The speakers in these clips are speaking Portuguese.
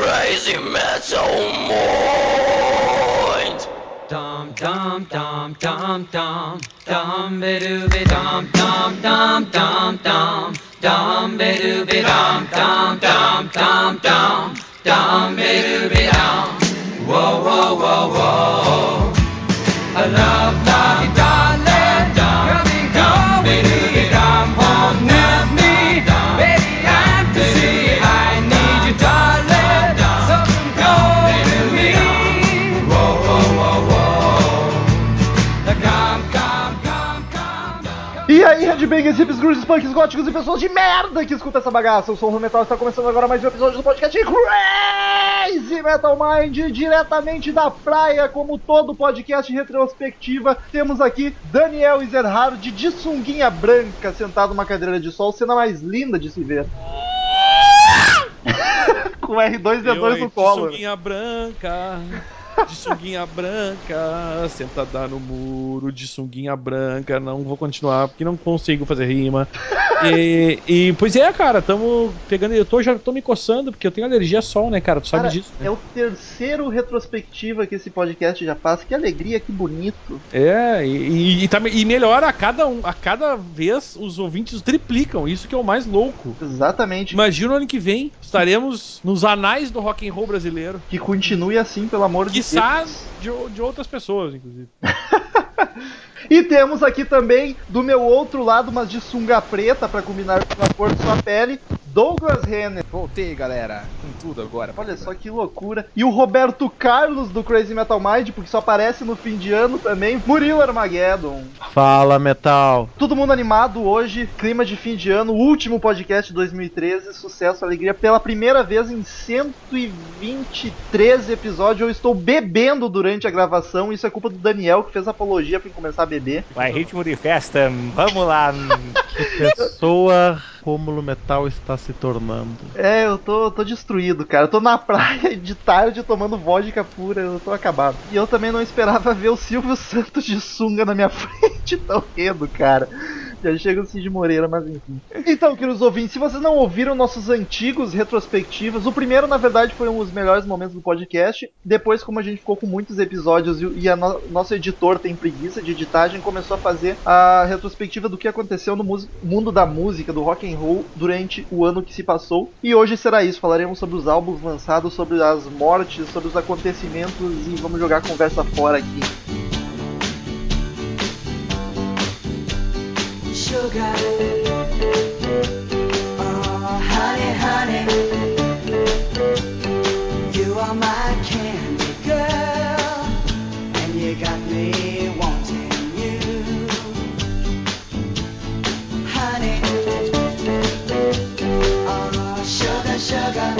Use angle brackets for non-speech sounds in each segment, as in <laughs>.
crazy metal mind. Dum dum dum dum dum dum be dum dum dum dum dum dum be dum dum dum dum dum dum be dum. Whoa whoa whoa whoa. I love my darling. Dum dum be dum won't let me. Baby, I'm to see. I need you, darling. So come with me. Whoa whoa whoa whoa. Come come come come. E aí, Redbangers, hips, grooves, punks, góticos e pessoas de merda que escuta essa bagaça. Eu sou o Rometal e está começando agora mais um episódio do podcast Crazy Metal Mind, diretamente da praia, como todo podcast retrospectiva. Temos aqui Daniel Ezerhard de sunguinha branca, sentado numa cadeira de sol, cena mais linda de se ver. <laughs> Com Eu aí, R2-D2 no colo. De sunguinha branca, de sunguinha branca, sentada no muro, de sunguinha branca. Não vou continuar porque não consigo fazer rima. E, e, pois é, cara, tamo pegando. Eu tô, já tô me coçando porque eu tenho alergia a sol, né, cara? Tu sabe Cara, disso. né? é o terceiro retrospectiva que esse podcast já passa. Que alegria, que bonito. É, e, e, e tá me- e melhora a cada, um, a cada vez os ouvintes triplicam. Isso que é o mais louco. Exatamente. Imagina o ano que vem, estaremos nos anais do rock and roll brasileiro. Que continue assim, pelo amor de Quiçá Deus. de, o- de outras pessoas, inclusive. E temos aqui também, do meu outro lado, mas de sunga preta, pra combinar com a cor de sua pele, Douglas Renner. Voltei, galera, com tudo agora. Olha só que loucura. E o Roberto Carlos do Crazy Metal Mind, porque só aparece no fim de ano também. Murilo Armageddon. Fala metal. Todo mundo animado hoje, clima de fim de ano, último podcast de 2013, sucesso, alegria. Pela primeira vez em 123 episódios, eu estou bebendo durante a gravação. Isso é culpa do Daniel, que fez apologia pra eu começar a beber. Vai, ritmo de festa, vamos lá. Pessoa Rômulo Metal está se tornando. É, eu tô, tô destruído, cara. Eu tô na <laughs> praia de tarde tomando vodka pura, eu tô acabado. E eu também não esperava ver o Silvio Santos de sunga na minha <laughs> frente tão cedo, cara. Já chega o Cid Moreira, mas enfim. Então, queridos ouvintes, se vocês não ouviram nossos antigos retrospectivas, o primeiro, na verdade, foi um dos melhores momentos do podcast. Depois, como a gente ficou com muitos episódios e, e a no- nosso editor tem preguiça de editar, a gente começou a fazer a retrospectiva do que aconteceu no mus- mundo da música, do rock and roll, durante o ano que se passou. E hoje será isso, falaremos sobre os álbuns lançados, sobre as mortes, sobre os acontecimentos e vamos jogar a conversa fora aqui. Sugar. Oh, honey, honey. You are my candy girl. And you got me wanting you. Honey. Oh, sugar, sugar.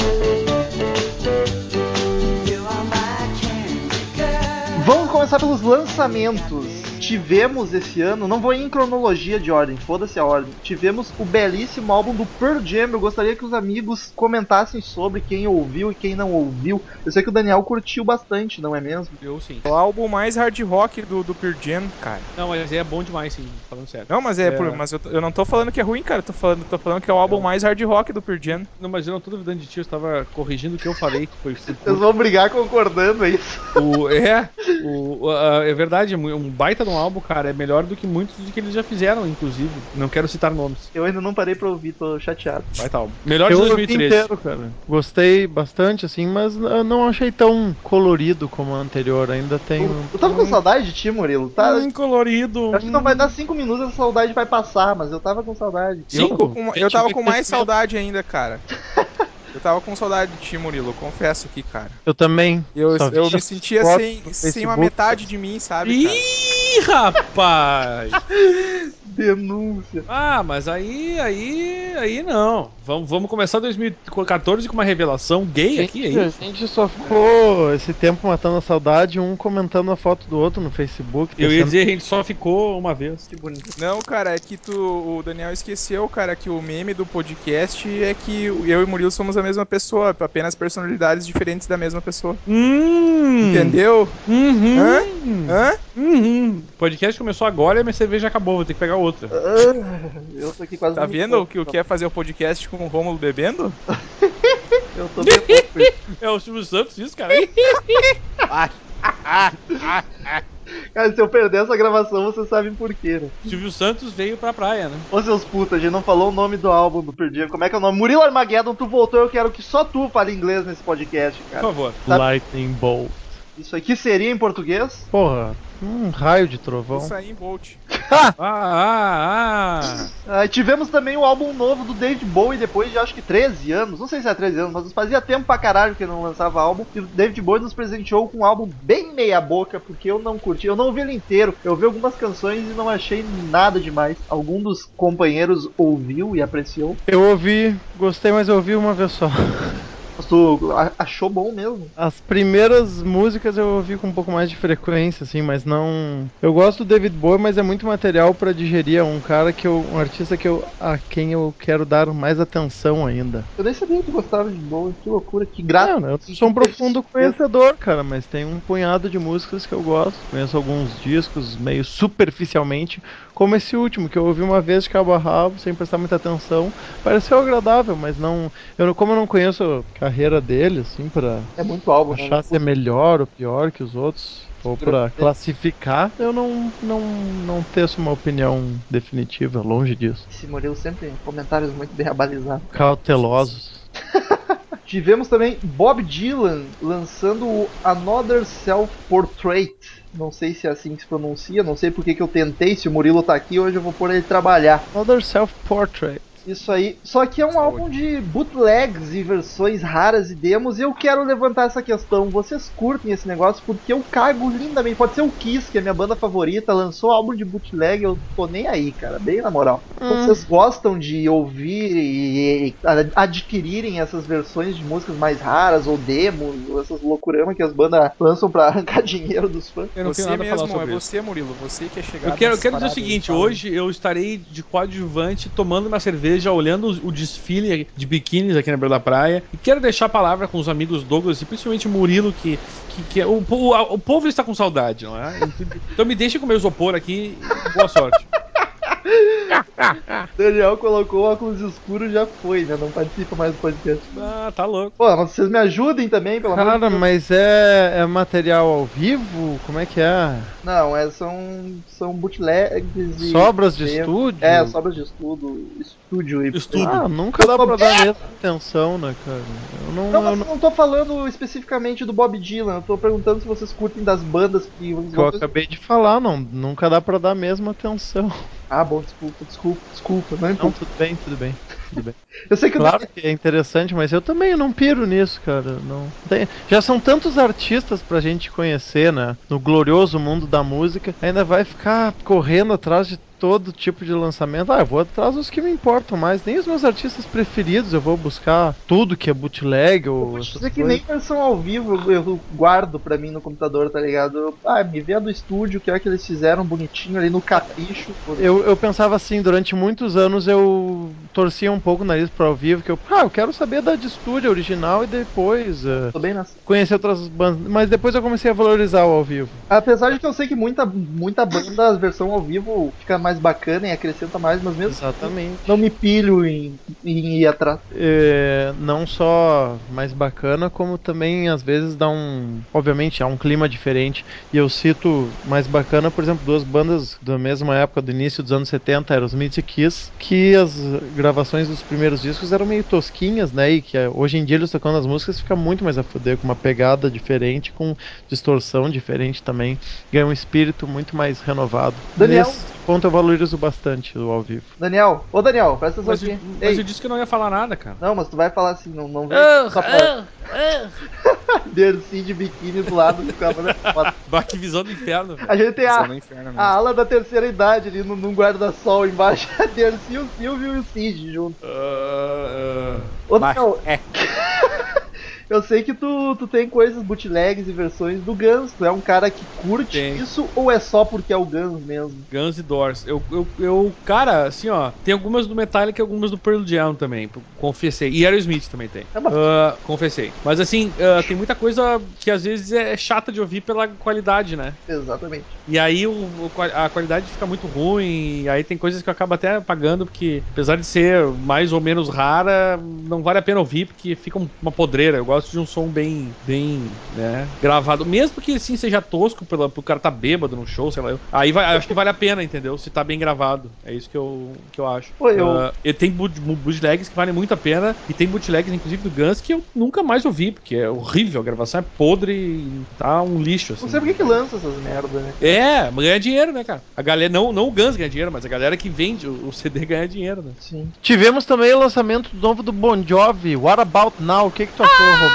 You are my candy girl. Vamos começar pelos lançamentos. Tivemos esse ano, não vou ir em cronologia de ordem, foda-se a ordem. Tivemos o belíssimo álbum do Pearl Jam. Eu gostaria que os amigos comentassem sobre quem ouviu e quem não ouviu. Eu sei que o Daniel curtiu bastante, não é mesmo? Eu sim. O álbum mais hard rock do, do Pearl Jam, cara. Não, mas é bom demais, sim, falando sério. Não, mas é, É. por- mas eu, tô- eu não tô falando que é ruim, cara. Eu Tô falando, tô falando que é o álbum mais hard rock do Pearl Jam. Não, mas eu não tô duvidando de ti, eu estava corrigindo o que eu falei, que foi Vocês vão brigar concordando, é isso? o, é, o, a- é verdade, é um baita de um álbum, cara, é melhor do que muitos do que eles já fizeram, inclusive. Não quero citar nomes. Eu ainda não parei pra ouvir, tô chateado. Baita álbum. Melhor de ouvi 2013. cara. Gostei bastante, assim, mas n- não achei tão colorido como o anterior. Ainda tem Eu, um- eu tava com saudade de ti, Murilo. Tá? Hum, colorido. Acho que não vai dar cinco minutos, essa saudade vai passar, mas eu tava com saudade. Eu, tô Cinco? com- Gente, eu tava com vai ter mais que- saudade ainda, <laughs> cara. Eu tava com saudade de ti, Murilo, eu confesso aqui, cara. Eu também. Eu, Só vi eu <laughs> me essas sentia fotos sem, no sem uma Facebook, metade de mim, sabe? cara? Ih, rapaz! <laughs> Denúncia. Ah, mas aí, aí, aí não. Vamos, vamos começar 2014 com uma revelação gay aqui, é Gente, a isso? gente só ficou esse tempo matando a saudade, um comentando a foto do outro no Facebook. Eu ia tecendo- <laughs> dizer, a gente só ficou uma vez. Que bonito. Não, cara, é que tu, o Daniel esqueceu, cara, que o meme do podcast é que eu e o Murilo somos a mesma pessoa, apenas personalidades diferentes da mesma pessoa. Hum, Entendeu? Uhum. Hã? Hã? Uhum. O podcast começou agora e minha cerveja acabou, vou ter que pegar outra. Ah, Eu tô aqui quase Tá vomitando. é- vendo o que o que é fazer o podcast com o Rômulo bebendo? Eu tô bem pouco. É o Silvio Santos isso, cara? Cara, se eu perder essa gravação, vocês sabem por quê, né? <laughs> Silvio Santos veio pra praia, né? Ô seus putas, a gente não falou o nome do álbum do Perdido. Como é que é o nome? Murilo Armageddon, tu voltou, eu quero que só tu fale inglês nesse podcast, Por cara. favor. Sabe- Lightning Bolt. Isso aqui seria em português? Porra, um raio de trovão. Isso aí em Volt. Ah, ah, ah. Ah, tivemos também o álbum novo do David Bowie depois de acho que 13 anos, não sei se é 13 anos, mas fazia tempo pra caralho que não lançava álbum. E o David Bowie nos presenteou com um álbum bem meia boca, porque eu não curti, eu não ouvi ele inteiro. Eu ouvi algumas canções e não achei nada demais. Algum dos companheiros ouviu e apreciou. Eu ouvi, gostei, mas eu ouvi uma vez só. Mas tu a- achou bom mesmo? As primeiras músicas eu ouvi com um pouco mais de frequência, assim, mas não. Eu gosto do David Bowie, mas é muito material pra digerir. É um cara que eu. um artista que eu. a quem eu quero dar mais atenção ainda. Eu nem sabia que tu gostava de Bowie, que loucura, que Ah, graça. eu sou um profundo conhecedor, cara, mas tem um punhado de músicas que eu gosto. Conheço alguns discos meio superficialmente, como esse último, que eu ouvi uma vez de cabo a rabo, sem prestar muita atenção. Pareceu agradável, mas não. Eu, não- como eu não conheço a carreira dele, assim, pra É muito álbum, né? achar se é melhor ou pior que os outros, ou pra classificar, eu não, não, não teço uma opinião definitiva, longe disso. Esse Murilo sempre em comentários muito bem abalizados. Cautelosos. Tivemos também Bob Dylan lançando o Another Self Portrait. Não sei se é assim que se pronuncia, não sei porque que eu tentei. Se o Murilo tá aqui, hoje eu vou pôr ele trabalhar. Another Self-Portrait. Isso aí. Só que é um álbum de bootlegs e versões raras e demos. E eu quero levantar essa questão. Vocês curtem esse negócio porque eu cago lindamente. Pode ser o Kiss, que é minha banda favorita, lançou álbum de bootleg. Eu tô nem aí, cara. Bem na moral. Então, Vocês gostam de ouvir e, e a- adquirirem essas versões de músicas mais raras ou demos, ou essas loucurama que as bandas lançam pra arrancar <laughs> dinheiro dos fãs? Eu não tenho Você nada a falar mesmo, é sobre isso. você, Murilo. Você que é chegado. Eu quero, eu quero nessas dizer o paradas seguinte, e fala. hoje eu estarei de coadjuvante tomando uma cerveja, olhando o, o desfile de biquínis aqui na beira da praia. E quero deixar a palavra com os amigos Douglas e principalmente Murilo, que, que, que é- o, po- a- o povo está com saudade, não é? Então me deixa com meu isopor aqui e boa sorte. Daniel colocou óculos escuros, já foi, né? Não participa mais do podcast. Ah, tá louco. Pô, mas vocês me ajudem também, pelo amor de Cara, mas é, é material ao vivo? Como é que é? Não, é, são, são bootlegs e. Sobras de tem- estúdio? É, sobras de estudo, estúdio e. Estudo. Ah, nunca dá pra dar mesma atenção, né, cara? Eu não. Não, eu mas eu não- não tô falando especificamente do Bob Dylan, eu tô perguntando se vocês curtem das bandas que. que é eu acabei de falar, não. Nunca dá pra dar mesma atenção. Ah, bom, desculpa, desculpa, desculpa, não Não, importa. tudo bem, tudo bem. Eu sei que o Claro que é interessante, mas eu também não piro nisso, cara. Não tem- Já são tantos artistas pra gente conhecer, né? No glorioso mundo da música, ainda vai ficar correndo atrás de todo tipo de lançamento. Ah, eu vou atrás dos que me importam mais. Nem os meus artistas preferidos eu vou buscar tudo que é bootleg Eu ou vou te essas dizer que coisas. nem versão ao vivo eu, eu guardo pra mim no computador, tá ligado? Eu- ah, me vê a do estúdio, que é que eles fizeram bonitinho ali no capricho. foda-se. Eu, eu pensava assim, durante muitos anos eu torcia um pouco o nariz pro ao vivo, que eu, ah, eu quero saber da de estúdio original e depois eh, Tô bem nessa. conhecer outras bandas. Mas depois eu comecei a valorizar o ao vivo. Apesar de que eu sei que muita, muita banda, a versão ao vivo fica mais bacana e acrescenta mais, mas mesmo Exatamente. não me pilho em, em ir atrás. É, não só mais bacana, como também às vezes dá um. Obviamente há um clima diferente. E eu cito mais bacana, por exemplo, duas bandas da mesma época, do início dos anos 70, Aerosmith e Kiss, que as gravações dos primeiros discos eram meio tosquinhas, né? E que eh, hoje em dia eles tocando as músicas fica muito mais a fuder, com uma pegada diferente, com distorção diferente também. Ganha um espírito muito mais renovado. Daniel? Nesse ponto eu valorizo bastante o ao vivo. Daniel, ô Daniel, presta atenção Mas, aqui. eu- mas Ei, eu disse que não ia falar nada, cara. Não, mas tu vai falar assim, não, não vem Ah, com essa porra. <laughs> Dercy de biquíni do lado do cabra. Bah, que visão do inferno, velho. A gente tem Isso é a, no inferno mesmo. a ala da terceira idade ali num, num guarda-sol embaixo. <laughs> A Dercy, o Silvio e o Cid junto. Ah, ah. é. Ô, Daniel, É. <laughs> Eu sei que tu, tu tem coisas, bootlegs e versões do Guns. Tu é um cara que curte Tem. isso ou é só porque é o Guns mesmo? Guns e Doors. Eu, eu, eu, cara, assim, ó, tem algumas do Metallica e algumas do Pearl Jam também, confessei. E Aerosmith também tem. É, mas- Ah, confessei. Mas assim, ah, tem muita coisa que às vezes é chata de ouvir pela qualidade, né? Exatamente. E aí o- o qua- a qualidade fica muito ruim, e aí tem coisas que eu acabo até apagando, porque apesar de ser mais ou menos rara, não vale a pena ouvir, porque fica um- uma podreira. Eu gosto de um som bem, bem, né, gravado. Mesmo que assim seja tosco, pela, pro cara tá bêbado no show, sei lá. eu- Aí vai- acho que vale a pena, entendeu? Se tá bem gravado. É isso que eu, que eu acho. Pô, eu- Ah, e tem boot- mu- bootlegs que valem muito a pena, e tem bootlegs, inclusive, do Guns, que eu nunca mais ouvi, porque é horrível, a gravação é podre e tá um lixo, assim. Não sei por que, que lança essas merdas, né? É, mas ganha dinheiro, né, cara? A galera, não, não o Guns ganha dinheiro, mas a galera que vende o, o CD ganha dinheiro, né? Sim. Tivemos também o lançamento novo do Bon Jovi, What About Now? O que, que tu achou, Romulo?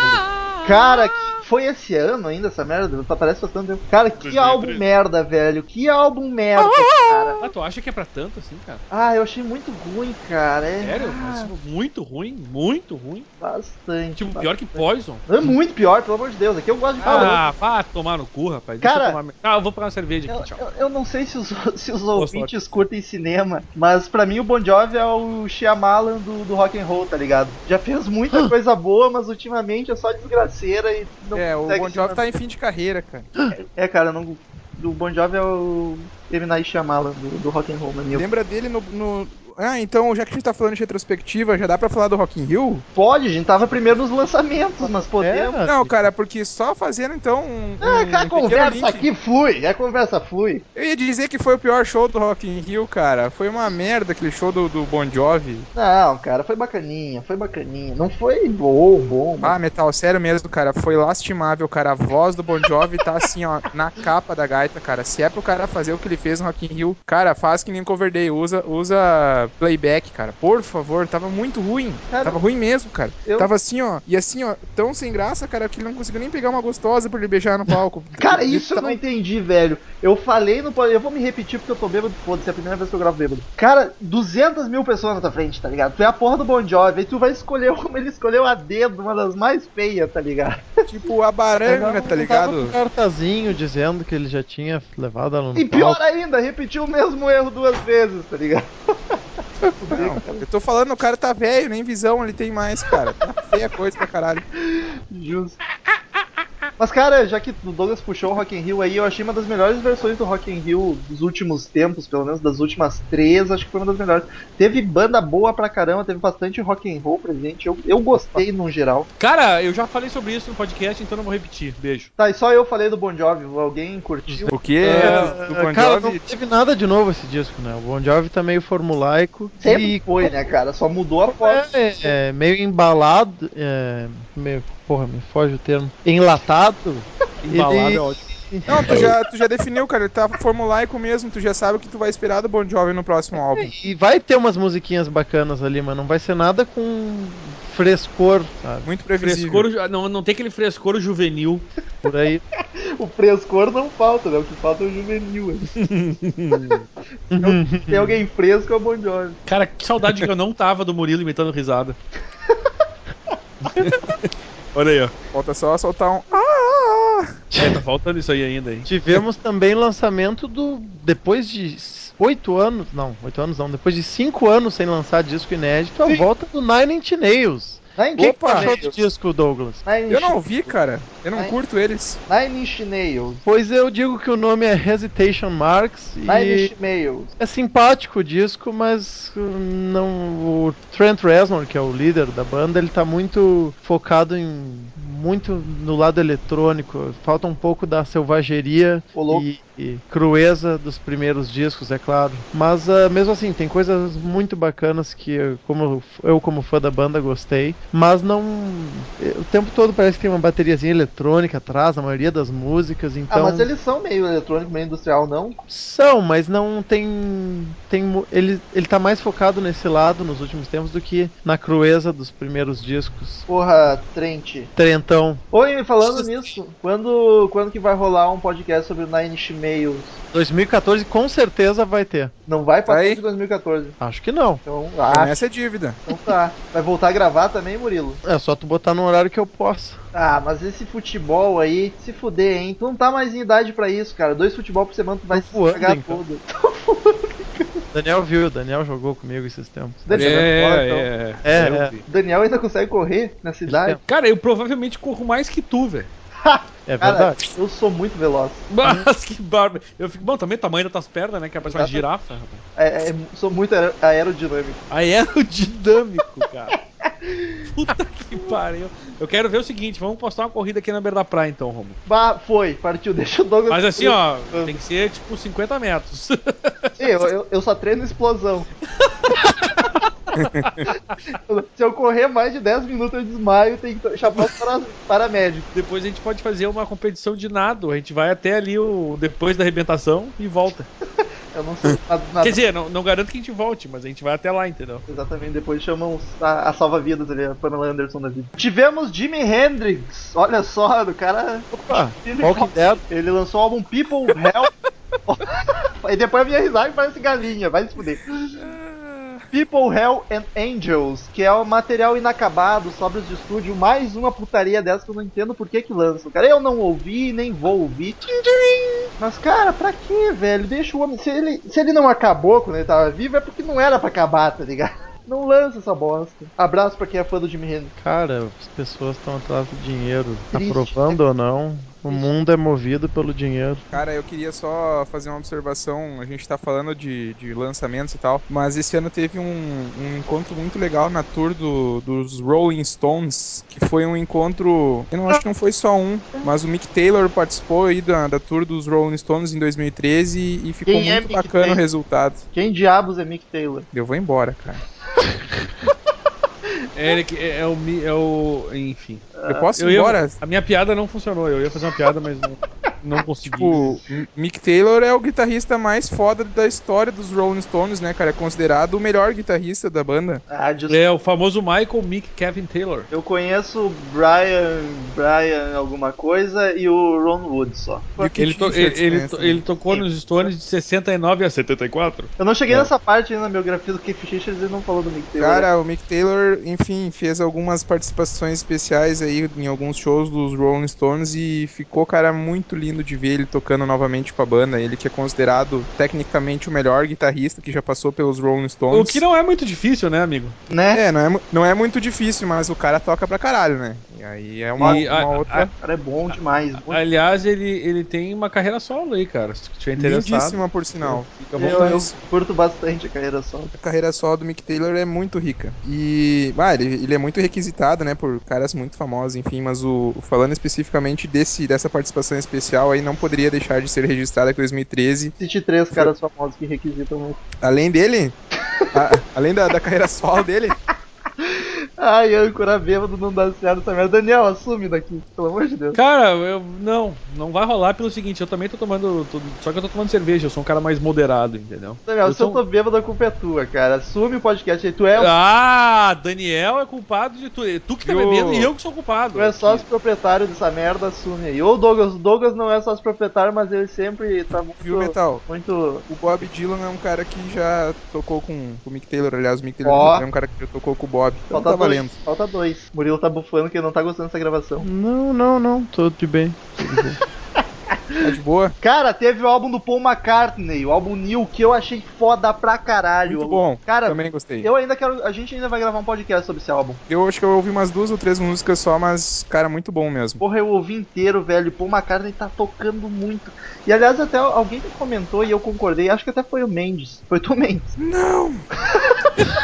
Cara, que- foi esse ano ainda essa merda? Tá, Parece bastante tempo. Cara, que 2013. álbum merda, velho. Que álbum merda, cara. Ah, tu acha que é pra tanto assim, cara? Ah, eu achei muito ruim, cara. É Sério? Mas tipo, ah, muito ruim, muito ruim. bastante. Tipo, pior que Poison. É muito pior, pelo amor de Deus. Aqui eu gosto de falar. Ah, vá tomar no cu, rapaz. Cara- Deixa eu tomar... Ah, eu vou pegar uma cerveja aqui, Eu, tchau. eu- eu não sei se os, <laughs> se os ouvintes curtem cinema, mas pra mim o Bon Jovi é o Shyamalan do, do rock and roll, tá ligado? Já fez muita coisa boa, mas ultimamente é só desgraceira e não é, o consegue Bon Jovi tá em fim de carreira, cara. É, cara, não. O Bon Jovi é o M. Night Shyamalan do, do rock and roll, mano. Eu- Lembra dele no, no- Ah, então, já que a gente tá falando de retrospectiva, já dá pra falar do Rock in Rio? Pode, a gente tava primeiro nos lançamentos, mas É, um podemos. Não, cara, porque só fazendo, então, um, Ah, um É? cara, a pequeno conversa link. aqui flui, a conversa flui. Eu ia dizer que foi o pior show do Rock in Rio, cara. Foi uma merda aquele show do, do Bon Jovi. Não, cara, foi bacaninha, foi bacaninha. Não foi bom, bom. mas- Ah, metal, sério mesmo, cara. Foi lastimável, cara. A voz do Bon Jovi tá assim, ó, <laughs> na capa da gaita, cara. Se é pro cara fazer o que ele fez no Rock in Rio, cara, faz que nem Cover Day. Usa, usa playback, cara. Por favor, tava muito ruim. Cara, tava ruim mesmo, cara. eu- Tava assim, ó. E assim, ó, tão sem graça, cara, que ele não conseguiu nem pegar uma gostosa pra ele beijar no palco. <laughs> Cara, Ele Ah, isso eu tava- não entendi, velho. Eu falei no. pod- Eu vou me repetir porque eu tô bêbado, foda-se, é a primeira vez que eu gravo bêbado. Cara, 200 mil pessoas na tua frente, tá ligado? Tu é a porra do Bon Jovi, aí tu vai escolher <laughs> como ele escolheu a dedo, uma das mais feias, tá ligado? Tipo, a baranga, tá Tava com um ligado? cartazinho dizendo que ele já tinha levado ela no E pior ainda, repetiu o mesmo erro duas vezes, tá ligado? Não, eu tô falando, o cara tá velho, nem visão ele tem mais, cara. Tá feia coisa pra caralho. Justo. Mas, cara, já que o Douglas puxou o Rock in Rio aí, eu achei uma das melhores versões do Rock in Rio dos últimos tempos, pelo menos das últimas três, acho que foi uma das melhores. Teve banda boa pra caramba, teve bastante rock and roll presente, eu, eu gostei no geral. Cara, eu já falei sobre isso no podcast, então não vou repetir. Beijo. Tá, e só eu falei do Bon Jovi, alguém curtiu? O quê? É, do Bon cara, Jovi? não teve nada de novo esse disco, né? O Bon Jovi tá meio formulaico. Sempre e foi, né, cara? Só mudou a forma. É, é, meio embalado. É, meio, porra, me foge o termo. Enlatado. Embalado é ótimo. Não, tu já, tu já definiu, cara. Ele tá formulaico mesmo. Tu já sabe o que tu vai esperar do Bon Jovi no próximo álbum. E vai ter umas musiquinhas bacanas ali, mas não vai ser nada com frescor, sabe? Muito previsível. Frescor, ju- não, não tem aquele frescor juvenil. Por aí. O frescor não falta, né? O que falta é o juvenil. Então, se tem alguém fresco, é o Bon Jovi. Cara, que saudade que eu não tava do Murilo <laughs> imitando risada. Olha aí, ó. Falta só soltar um. Ah! É, tá faltando isso aí ainda, hein? Tivemos também lançamento do. Depois de s- oito anos. Não, oito anos não. Depois de cinco anos sem lançar disco inédito, a volta do Nine Inch Nails. Nine O que, que tu Opa, achou do disco, Douglas? Nine Eu não Inch- ouvi, cara. Eu não curto eles. Nine Inch Nails. Pois eu digo que o nome é Hesitation Marks Nine e Inch Nails. é simpático o disco, mas hum, não o Trent Reznor, que é o líder da banda, ele tá muito focado em muito no lado eletrônico, falta um pouco da selvageria Ô, louco. e, e crueza dos primeiros discos, é claro. Mas ah, mesmo assim, tem coisas muito bacanas que eu, como eu como fã da banda gostei, mas não eh, o tempo todo parece que tem uma bateriazinha eletrônica atrás na maioria das músicas, então Ah, mas eles são meio eletrônico, meio industrial, não? são, mas não tem. tem mu- ele, ele tá mais focado nesse lado nos últimos tempos do que na crueza dos primeiros discos. Porra, Trent. Trentão. Oi, falando nisso, quando, quando que vai rolar um podcast sobre o Nine Inch e-mails. 2014 com certeza vai ter. Não vai passar Aí. de 2014. Acho que não. Então, né? ah, Promessa é dívida. então tá. Vai voltar a gravar também, Murilo? É só tu botar no horário que eu possa. Ah, mas esse futebol aí, se fuder, hein? Tu não tá mais em idade pra isso, cara. Dois futebol por semana tu vai Tô voando, estragar então. tudo. Daniel viu, Daniel jogou comigo esses tempos. Daniel, bola, então. É, É, eu é. vi. Daniel ainda consegue correr na cidade? Cara, eu provavelmente corro mais que tu, velho. É Cara, verdade. eu sou muito veloz. Hum. Mas que barba. Eu fico. Bom, também o tamanho das tuas pernas, né? Que é parece uma girafa. rapaz. É, é- sou muito aer- aerodinâmico. Aerodinâmico, <laughs> cara. Puta que pariu. Eu quero ver o seguinte: vamos postar uma corrida aqui na beira da praia, então, Romulo. Bah, foi, partiu, <laughs> deixa o Douglas. Mas assim, ó, tem que ser tipo 50 metros. <laughs> Sim, eu, eu, eu só treino explosão. Se eu correr mais de 10 minutos, eu desmaio e tenho que chamar os para, paramédicos. Depois a gente pode fazer uma competição de nado. A gente vai até ali o depois da arrebentação e volta. Eu não sei nada. nada. Quer dizer, não, não garanto que a gente volte, mas a gente vai até lá, entendeu? Exatamente, depois chamam os- a, a salva-vidas ali, a Pamela Anderson da vida. Tivemos Jimi Hendrix, olha só, o cara. Opa, Firme e Walking forte. Dead. Ele lançou o álbum People Help. <laughs> e depois a minha risada e parece galinha, vai se fuder. People, Hell and Angels, que é o material inacabado, sobras de estúdio, mais uma putaria dessa que eu não entendo por que que lançam. Cara, eu não ouvi, nem vou ouvir. Mas, cara, pra que, velho? Deixa o homem... Se ele, se ele não acabou quando ele tava vivo, é porque não era pra acabar, tá ligado? Não lança essa bosta. Abraço pra quem é fã do Jimi Hendrix. Cara, as pessoas estão atrás do dinheiro, Triste. aprovando ou não. O Triste. mundo é movido pelo dinheiro. Cara, eu queria só fazer uma observação. A gente tá falando de, de lançamentos e tal, mas esse ano teve um, um encontro muito legal na tour do- dos Rolling Stones, que foi um encontro. Eu não acho que não foi só um, mas o Mick Taylor participou aí da, da tour dos Rolling Stones em 2013 e, e ficou Quem é muito Mick bacana Taylor? o resultado. Quem diabos é Mick Taylor? Eu vou embora, cara. Eric, é, é o. mi- É o enfim. Eu posso Ah, Eu ir ia- embora? a minha piada não funcionou. Eu ia fazer uma piada, mas não, não consegui. Tipo, M- Mick Taylor é o guitarrista mais foda da história dos Rolling Stones, né, cara? É considerado o melhor guitarrista da banda. Ah, desculpa. É o famoso Michael Mick Kevin Taylor. Eu conheço o Brian, Brian alguma coisa e o Ron Wood só. E o Keith Ele, to- Richards, ele- né, ele to- assim. ele tocou nos Stones de 69 a 74. Eu não cheguei nessa parte ainda na biografia do Keith Richards e não falou do Mick Taylor. Cara, o Mick Taylor, enfim, fez algumas participações especiais aí em alguns shows dos Rolling Stones e ficou, cara, muito lindo de ver ele tocando novamente com a banda. Ele que é considerado tecnicamente o melhor guitarrista que já passou pelos Rolling Stones. O que não é muito difícil, né, amigo? né? É, não é, mu- não é muito difícil, mas o cara toca pra caralho, né? E aí é uma, E a- uma outra O cara é bom demais. muito- Aliás, ele, ele tem uma carreira solo aí, cara. Se tu tiver interessado, lindíssima, por sinal. fica à eu, vontade. eu curto bastante a carreira só. A carreira solo do Mick Taylor é muito rica. E, bah, ele, ele é muito requisitado, né, por caras muito famosos, enfim, mas o falando especificamente desse dessa participação especial aí não poderia deixar de ser registrada que 2013. Cite três caras famosos que requisitam muito. Além dele, a- além da, da carreira solo dele, Ai, âncora bêbado não dá certo essa merda. Daniel, assume daqui, pelo amor de Deus. Cara, eu não, não vai rolar pelo seguinte, eu também tô tomando, tô- só que eu tô tomando cerveja, eu sou um cara mais moderado, entendeu? Daniel, Eu se eu sou- tô bêbado, a culpa é tua, cara. Assume o podcast aí. Tu é, o- Ah, Daniel é culpado de tudo. Tu que tá Eu- bebendo e eu que sou culpado. tu é sócio proprietário dessa merda, assume aí. Ou o Douglas. O Douglas não é sócio proprietário, mas ele sempre tá muito. viu, Metal? Muito. O Bob Dylan é um cara que já tocou com o Mick Taylor, aliás, o Mick Taylor Ó. é um cara que já tocou com o Bob. Então Falta tá valendo. dois. Falta dois. Murilo tá bufando que ele não tá gostando dessa gravação. Não, não, não, tudo de bem. Tá de boa? Cara, teve o álbum do Paul McCartney, o álbum New, que eu achei foda pra caralho. Muito bom. Cara, Também gostei. eu ainda quero. A gente ainda vai gravar um podcast sobre esse álbum. Eu acho que eu ouvi umas duas ou três músicas só, mas, cara, muito bom mesmo. Porra, eu ouvi inteiro, velho. Paul McCartney tá tocando muito. E aliás, até alguém me comentou e eu concordei. Acho que até foi o Mendes. Foi tu, Mendes. Não! <laughs>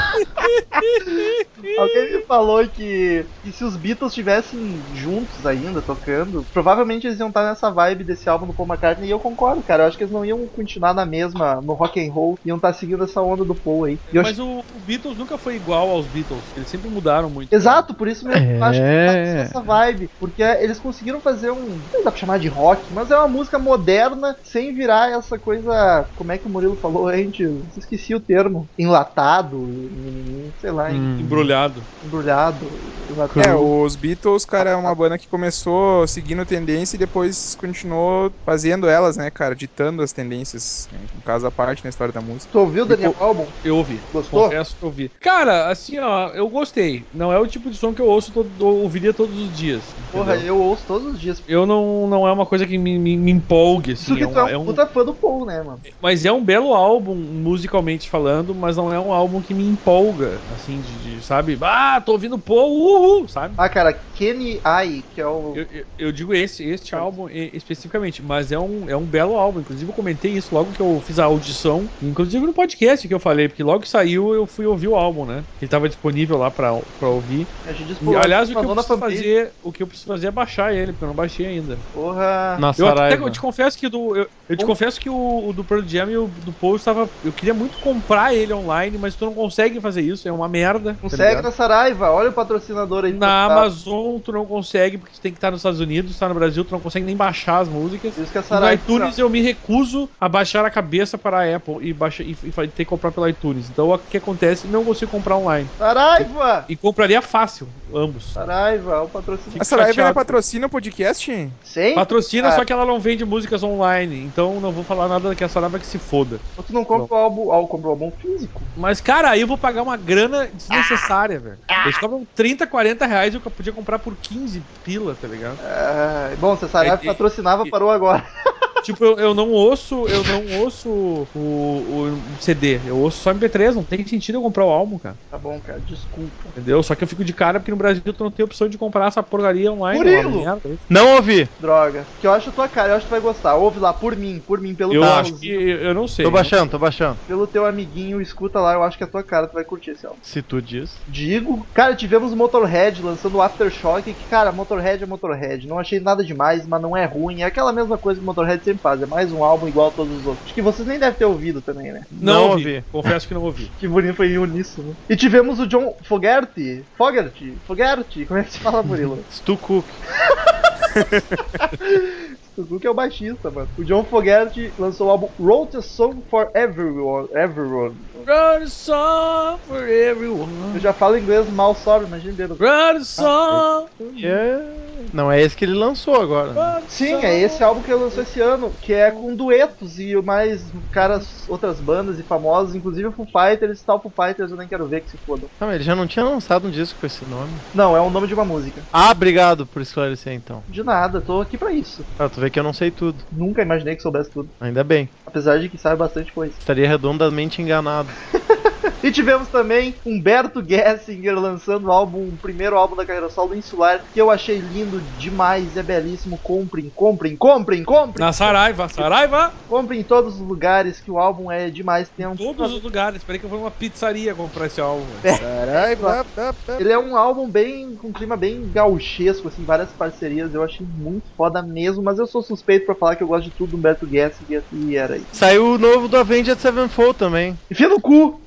alguém me falou que, que se os Beatles estivessem juntos ainda, tocando, provavelmente eles iam estar nessa vibe desse álbum do Paul McCartney. E eu concordo, cara. Eu acho que eles não iam continuar na mesma, no rock and roll. Iam estar seguindo essa onda do Paul aí. E eu Mas o, o Beatles nunca foi igual aos Beatles, eles sempre mudaram muito. Exato, por isso mesmo que eu acho que tá É. essa vibe. Porque eles conseguiram fazer um. Não dá pra chamar de rock, mas é uma música moderna sem virar essa coisa. Como é que o Murilo falou antes? Esqueci o termo. Enlatado. em, sei lá, em Hum. Embrulhado. embrulhado. exatamente. É, Hum. os Beatles, cara, é uma banda que começou seguindo tendência e depois continuou fazendo elas, né, cara, ditando as tendências, né, um caso à parte na história da música. Tu ouviu o Daniel Albon? Eu ouvi. Gostou? Confesso que eu ouvi. Cara, assim, ó, eu gostei. Não é o tipo de som que eu ouço, todo, eu ouviria todos os dias. Porra, entendeu? eu ouço todos os dias. eu não, não é uma coisa que me, me, me empolgue, assim. Isso que é um- tu é um, é um- puta fã do Paul, né, mano? mas é um belo álbum, musicalmente falando, mas não é um álbum que me empolga, assim, de, de, sabe? Ah, tô ouvindo Paul, uhul, sabe? Ah, cara, Kenny Ai, que é o. Eu, eu- eu digo esse, este álbum e- especificamente, mas é um, é um belo álbum. Inclusive, eu comentei isso logo que eu fiz a audição, inclusive no podcast que eu falei, porque logo que saiu eu fui ouvir o álbum, né? Ele tava disponível lá pra, pra ouvir. A gente disse, E, pô, tá aliás, o que, eu falou na preciso fanpage. fazer, o que eu preciso fazer é baixar ele, porque eu não baixei ainda. Porra. Na Eu, até, Saraiva. tipo, eu te confesso que do, eu, eu te Bom. confesso confesso que o, o do Pearl Jam e o do Paul estava. Eu queria muito comprar ele online, mas tu não consegue fazer isso, é uma merda. Consegue na Saraiva, olha o patrocinador aí. Na Tá. Amazon tu não consegue, porque tu tem que estar nos Estados Unidos, tá no Brasil, tu não consegue nem baixar as músicas. Diz que a No Saraiva. iTunes eu me recuso a baixar a cabeça para a Apple e, baixa, e, e fa- ter que comprar pelo iTunes. Então o que acontece? Não consigo comprar online. Saraiva! E compraria fácil, ambos. Tá. Saraiva, é o patrocinador. A Saraiva ela chateado. né, patrocina o podcast? hein? Sem? Patrocina, Ah. só que ela não vende músicas online. Então não vou falar nada que a Saraiva que se foda. Tu não compra o álbum, ah, compra o álbum físico? Mas, cara, aí eu vou pagar uma grana desnecessária, velho. Eles cobram 30, 40 reais eu podia comprar por 15 pila, tá ligado? Ah, bom, se a Saraiva É, e- patrocinava, e- parou agora. tipo, eu, eu não ouço, eu não ouço o, o CD. Eu ouço só MP3, não tem sentido eu comprar o álbum, cara. Tá bom, cara, desculpa. Entendeu? Só que eu fico de cara porque no Brasil tu não tem opção de comprar essa porcaria online. Murilo! uma merda isso. Não ouvi. Droga. Que eu acho a tua cara, eu acho que tu vai gostar. Ouve lá, por mim, por mim, pelo Eu teu acho que amiguinho, eu não sei. Tô baixando, tô baixando. pelo teu amiguinho, escuta lá, eu acho que é a tua cara, tu vai curtir esse álbum. Se tu diz. Digo, cara, tivemos Motorhead lançando o Aftershock, que, cara, Motorhead é Motorhead. Não achei nada demais, mas não é ruim. É aquela mesma coisa que Motorhead sempre faz, é mais um álbum igual a todos os outros. Acho que vocês nem devem ter ouvido também, né? Não, Não ouvi. ouvi. Confesso que não ouvi. Que bonito foi em uníssono. E tivemos o John Fogerty. Fogerty? Fogerty? Como é que se fala, <laughs> Murilo? Stu Cook. O Duke é o baixista, mano. O John Fogerty lançou o álbum Wrote a Song for Everyone. Everyone. Run a song for Eu everyone. já falo inglês mal, sorry, imagina. Run a song. É... Não, é esse que ele lançou agora. né? run a Sim, song. é esse álbum que ele lançou esse ano, que é com duetos e mais caras, outras bandas e famosos, inclusive o Foo Fighters, tal Foo Fighters, eu nem quero ver que se foda. Não, ele já não tinha lançado um disco com esse nome. Não, é o nome de uma música. Ah, obrigado por esclarecer então. De nada, tô aqui pra isso. Ah, tu vê que eu não sei tudo. Nunca imaginei que soubesse tudo, Ainda bem. apesar de que sabe bastante coisa. Estaria redondamente enganado. E tivemos também Humberto Gessinger lançando o álbum, o primeiro álbum da carreira solo Insular, que eu achei lindo demais, é belíssimo. Comprem, comprem, comprem, comprem, Na Saraiva, <laughs> Saraiva, comprem em todos os lugares que o álbum é demais. Tem um... todos os lugares. Peraí que eu vou numa pizzaria comprar esse <laughs> álbum. velho. Saraiva. tá, tá. Ele é um álbum bem com um clima bem gauchesco, assim, várias parcerias. Eu achei muito foda mesmo, mas eu sou suspeito pra falar que eu gosto de tudo do Humberto Gessinger e era isso. Saiu o novo do Avenged Sevenfold também. Enfia no cu!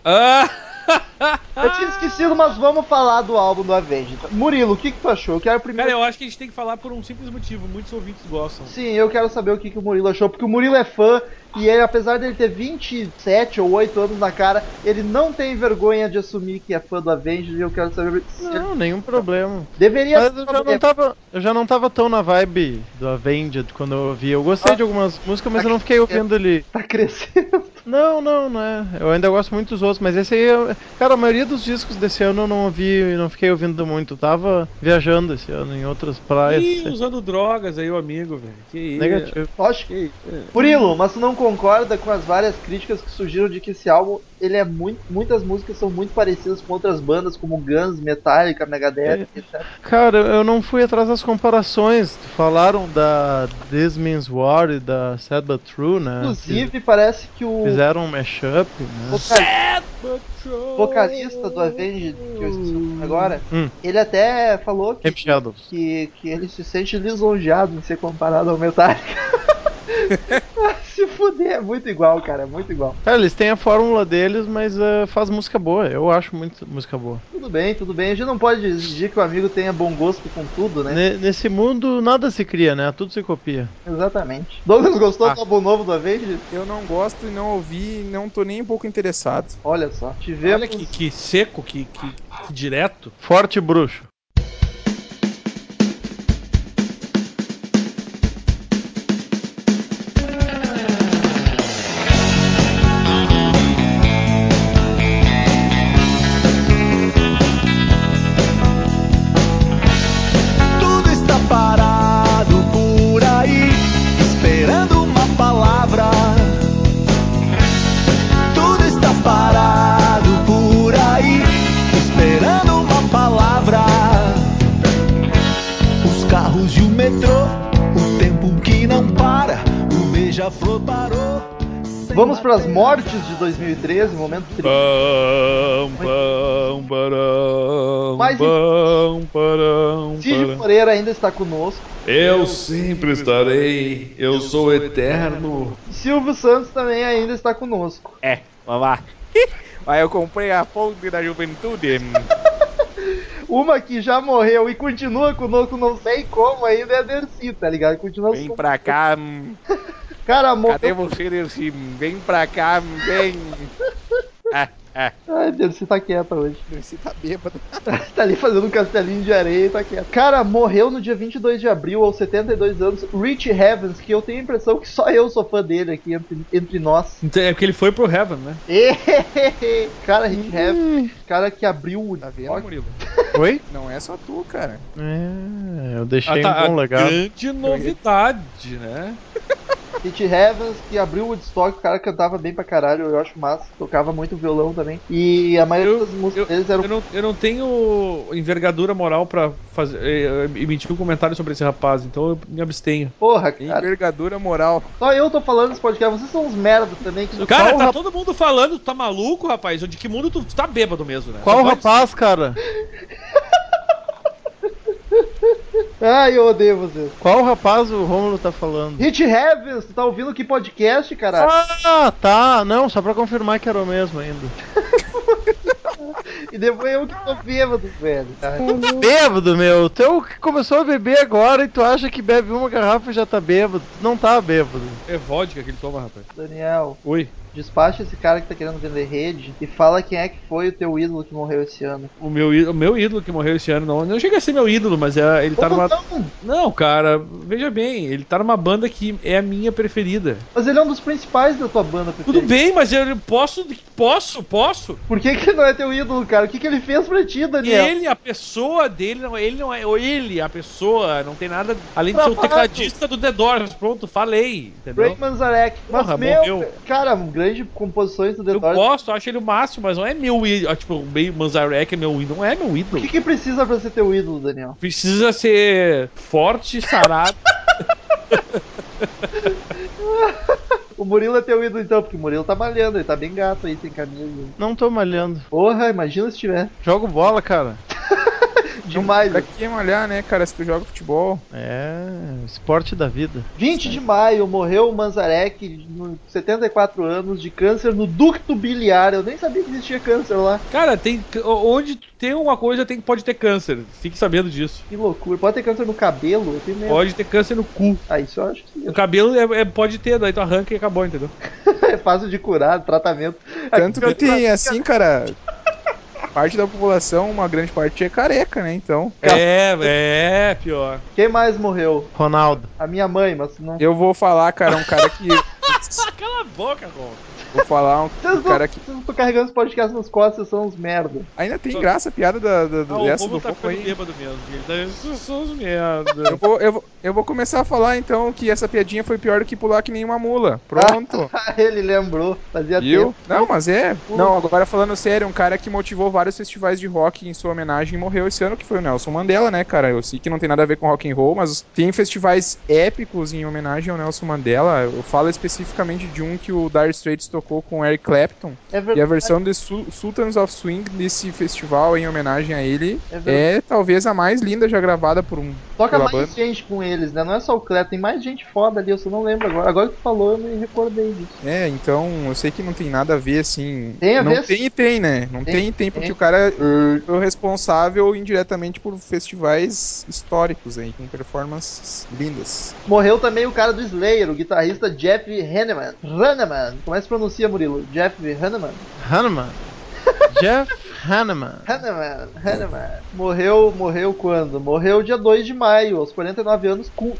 Ah! Eu tinha esquecido, mas vamos falar do álbum do Avenged. Murilo, o que, que tu achou? Eu quero primeiro. Cara, eu acho que a gente tem que falar por um simples motivo. Muitos ouvintes gostam. Sim, eu quero saber o que, que o Murilo achou, porque o Murilo é fã e ele, apesar dele ter 27 ou 8 anos na cara, ele não tem vergonha de assumir que é fã do Avenged e eu quero saber se ele Não, nenhum problema. deveria Mas eu já não tava, eu já não tava tão na vibe do Avenged quando eu ouvi. Eu gostei de algumas músicas, mas eu não fiquei ouvindo ele. tá <laughs> crescendo. Não, não, não é. Eu ainda gosto muito dos outros, mas esse aí, eu- cara, a maioria dos discos desse ano eu não ouvi e não fiquei ouvindo muito. Tava viajando esse ano em outras praias. é Ih, usando drogas aí, o amigo, velho. Que isso. Negativo. Lógico. Que Murilo, mas tu não concorda com as várias críticas que surgiram de que esse álbum, ele é muito. Muitas músicas são muito parecidas com outras bandas, como Guns, Metallica, Megadeth, É. etc. Cara, eu não fui atrás das comparações. Falaram da This Means War e da Sad But True, né? Inclusive, parece que o. Fizeram um mashup, né? voca- isso. vocalista do Avenged, que eu esqueci o nome agora, Hum. ele até falou que Camp Shadows. que, que ele se sente lisonjeado em ser comparado ao Metallica. Mas <laughs> se fuder, é muito igual, cara, é muito igual. Cara, eles têm a fórmula deles, mas eh, faz música boa. Eu acho muito música boa. Tudo bem, tudo bem. A gente não pode exigir que o amigo tenha bom gosto com tudo, né? Ne- nesse mundo nada se cria, né? Tudo se copia. Exatamente. Douglas gostou Ah. do álbum novo do Avenged? Eu não gosto e não ouvi, e não tô nem um pouco interessado. Olha só. Tivemos. Olha que, que seco, que, que, que direto. Forte bruxo. Tudo está parado por aí, esperando uma palavra. Tudo está parado por aí, esperando uma palavra. Os carros e o metrô, o tempo que não para, o beija-flor parou. sem Vamos pras bater. mortes de 2013, momento triste. Bam, bam, barão, Mas- bam, barão, Cid barão. Moreira ainda está conosco. Eu sempre estarei, eu sou eterno. E Silvio Santos também ainda está conosco. É, vamos <laughs> lá. Aí eu comprei a ponte da juventude. Uma que já morreu e continua conosco, não sei como ainda, é a Dercy, tá ligado? Continua Vem pra cá. hum. Cara, morreu. Cadê você, Dercy? Vem pra cá, hum, <laughs> vem. Ah, ah. Ai, Dercy tá quieta hoje. Dercy tá bêbado. tá ali fazendo um castelinho de areia e tá quieto. Cara, morreu no dia 22 de abril, aos 72 anos, Rich Evans, que eu tenho a impressão que só eu sou fã dele aqui entre, entre nós. Então, é porque ele foi pro Heaven, né? <laughs> cara, Rich Evans, cara que abriu o. Tá vendo, rock. Murilo? Oi? Não é só tu, cara. É, eu deixei Ah, tá, um bom a legado. grande novidade, né? Rich Evans, que abriu o Woodstock, o cara cantava bem pra caralho, eu acho massa, tocava muito violão também. E a maioria das músicas deles eram. Eu não, eu não tenho envergadura moral pra fazer, eh, emitir um comentário sobre esse rapaz, então eu me abstenho. Porra, cara. Envergadura moral. Só eu tô falando nesse podcast, vocês são uns merda também. Que... Cara, Qual tá rap- todo mundo falando, tu tá maluco, rapaz? De que mundo tu, tu tá bêbado mesmo, né? Qual Só pode- rapaz, cara? Ai, eu odeio vocês. Qual rapaz o Rômulo tá falando? Rich Evans, tu tá ouvindo que podcast, cara? Ah, tá. Não, só pra confirmar que era o mesmo ainda. E depois eu que tô bêbado, velho. Ai, Tá bêbado, meu. Teu que começou a beber agora e tu acha que bebe uma garrafa e já tá bêbado. Tu Não tá bêbado. É vodka que ele toma, rapaz. Daniel, Oi. despacha esse cara que tá querendo vender rede e fala quem é que foi o teu ídolo que morreu esse ano. O meu, í- o meu ídolo que morreu esse ano, não, não chega a ser meu ídolo, mas é, ele tá Como numa. não? Não, cara, veja bem, ele tá numa banda que é a minha preferida. Mas ele é um dos principais da tua banda, preferida. Tudo bem, mas eu posso, posso, posso. Por que, que ele não é teu ídolo, cara? O que, que ele fez pra ti, Daniel? Ele, a pessoa dele, não, ele não é. ou Ele, a pessoa, não tem nada. Além de ser o Travado. tecladista do The Doors, pronto, falei. Entendeu? Ray Manzarek. Mas, Porra, meu, morreu. cara, grande composições do The Eu Doors. gosto, acho ele o máximo, mas não é meu ídolo. Ah, Tipo, o meio Manzarek é meu ídolo. Não é meu O ídolo. que, que precisa pra ser teu ídolo, Daniel? Precisa ser <laughs> forte, sarado. O Murilo é teu ídolo, então, porque o Murilo tá malhando, ele tá bem gato aí, sem camisa. Não tô malhando. Porra, imagina se tiver. Jogo bola, cara. Demais. Pra que malhar, né, cara, se tu joga futebol? É. Esporte da vida. 20 né? de maio morreu o Manzarek, no 74 anos, de câncer no ducto biliar. Eu nem sabia que existia câncer lá. Cara, tem, onde tem uma coisa tem, pode ter câncer. Fique sabendo disso. Que loucura. Pode ter câncer no cabelo? Eu tenho medo. Pode ter câncer no cu. Ah, isso eu acho que O cabelo é, é- pode ter, daí tu arranca e acabou, entendeu? é fácil de curar, tratamento. Tá Tanto que tem, assim, cara. Parte da população, uma grande parte é careca, né? Então, É, é pior. Quem mais morreu? Ronaldo. A minha mãe, mas não. eu vou falar, cara, um cara que. Cala a boca, Ron. Vou <laughs> falar um, Vocês um cara que. não estão carregando esse podcast nas costas, vocês são uns merda. <laughs> Ainda tem graça a piada da, da, Ah, do- o dessa povo do tá Foco ficando aí. bêbado mesmo. Ele tá. Isso são os merda. Eu vou, eu, vou, eu vou começar a falar então que essa piadinha foi pior do que pular que nenhuma mula. <laughs> Pronto. Ele lembrou, fazia Viu? tempo. Não, mas é. Não, agora falando sério, um cara que motivou vários festivais de rock em sua homenagem e morreu esse ano, que foi o Nelson Mandela, né, cara? Eu sei que não tem nada a ver com rock and roll, mas tem festivais épicos em homenagem ao Nelson Mandela. Eu falo especificamente de um que o Dire Straits tocou com o Eric Clapton. É E a verdade. versão de Su- Sultans of Swing desse festival em homenagem a ele É verdade. é talvez a mais linda já gravada por um Toca pela mais banda. gente com eles, né? Não é só o Cleto, tem mais gente foda ali, eu só não lembro agora. Agora que tu falou, eu me recordei disso. É, então eu sei que não tem nada a ver, assim. Tem a não ver, tem e tem, né? Não Tem, tem e tem, porque tem. o cara é o responsável indiretamente por festivais históricos aí, com performances lindas. Morreu também o cara do Slayer, o guitarrista Jeff Hanneman. Hanneman. Como é que se pronuncia, Murilo? Jeff Hanneman. Hanneman. <laughs> Jeff Hanneman. Hanneman, Hanneman. Morreu, morreu quando? Morreu dia 2 de maio, aos 49 anos, com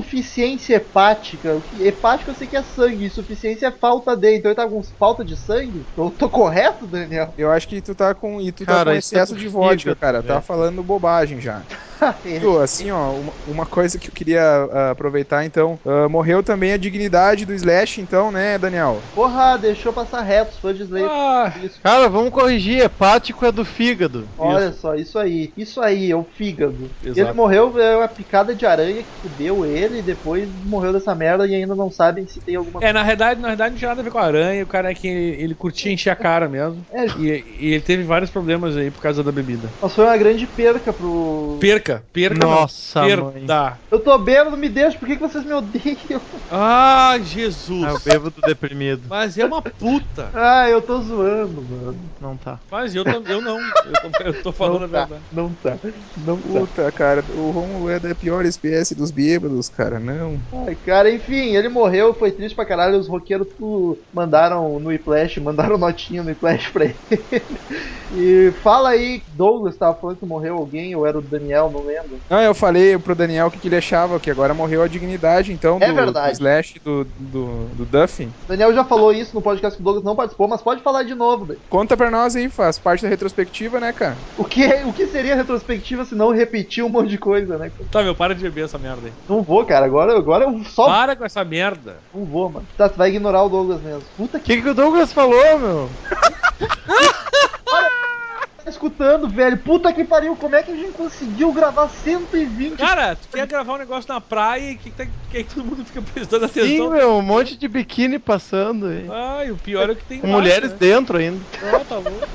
insuficiência hepática. O que- Hepática eu sei que é sangue, insuficiência é falta de. Então ele tá com falta de sangue? Eu tô correto, Daniel? <laughs> Eu acho que tu tá com. E tu tá Cara, com isso tá excesso de com vodka, fígado, cara. Tá velho. falando bobagem já. Ah, Viu, assim, ó, uma, uma coisa que eu queria ah, aproveitar, então. ah, morreu também a dignidade do Slash, então, né, Daniel? Porra, deixou passar reto, os fãs de Slayer. Ah, Isso. Cara, vamos corrigir. Hepático é do fígado. Olha só, isso aí, isso aí, é o fígado. Exato. Ele morreu, é uma picada de aranha que fudeu ele, e depois morreu dessa merda e ainda não sabem se tem alguma É, na verdade, na verdade não tinha nada a ver com a aranha, o cara é que ele, ele curtia encher a cara mesmo. É. E, e ele teve vários problemas aí por causa da bebida. Mas foi uma grande perca pro. Perca, perca Nossa, não. mãe. Perda. Eu tô bêbado, me deixa, por que, que vocês me odeiam? <laughs> Ah, Ah, eu Jesus. bebo do deprimido. Mas é uma puta. Ah, eu tô zoando, mano. Não tá. Mas eu, tam- eu não. Eu tô, eu tô falando a não, tá, verdade. não tá, não tá. Puta, cara, o Romulo é da pior espécie dos bêbados, cara, não. Ai, cara, enfim, ele morreu, foi triste pra caralho. Os roqueiros tudo mandaram no Iplash, mandaram notinha no Iplash pra <laughs> ele. E fala aí, Douglas tava falando que morreu alguém, ou era o Daniel, não lembro. Não, Ah, eu falei pro Daniel o que, que ele achava, que agora morreu a dignidade, então, É do, verdade. do Slash, do, do, do Duffy. O Daniel já falou isso no podcast que o Douglas não participou, mas pode falar de novo. Dan. Conta pra nós aí, faz parte da retrospectiva, né, cara? O que, o que seria retrospectiva se não repetir um monte de coisa, né? Tá, meu, para de beber essa merda aí. Não vou, cara, agora, agora eu só um Para com essa merda. não vou, mano. Tá, tu vai ignorar o Douglas mesmo. Puta O que que, que o Douglas falou, meu? tá escutando, velho. Puta que pariu, como é que a gente conseguiu gravar 120 Cara, tu quer gravar um negócio na praia e que, tá- que aí todo mundo fica prestando Sim, atenção. meu, um monte de biquíni passando aí. Ai, o pior é o que tem Com embaixo, mulheres né? dentro ainda. Não, tá louco.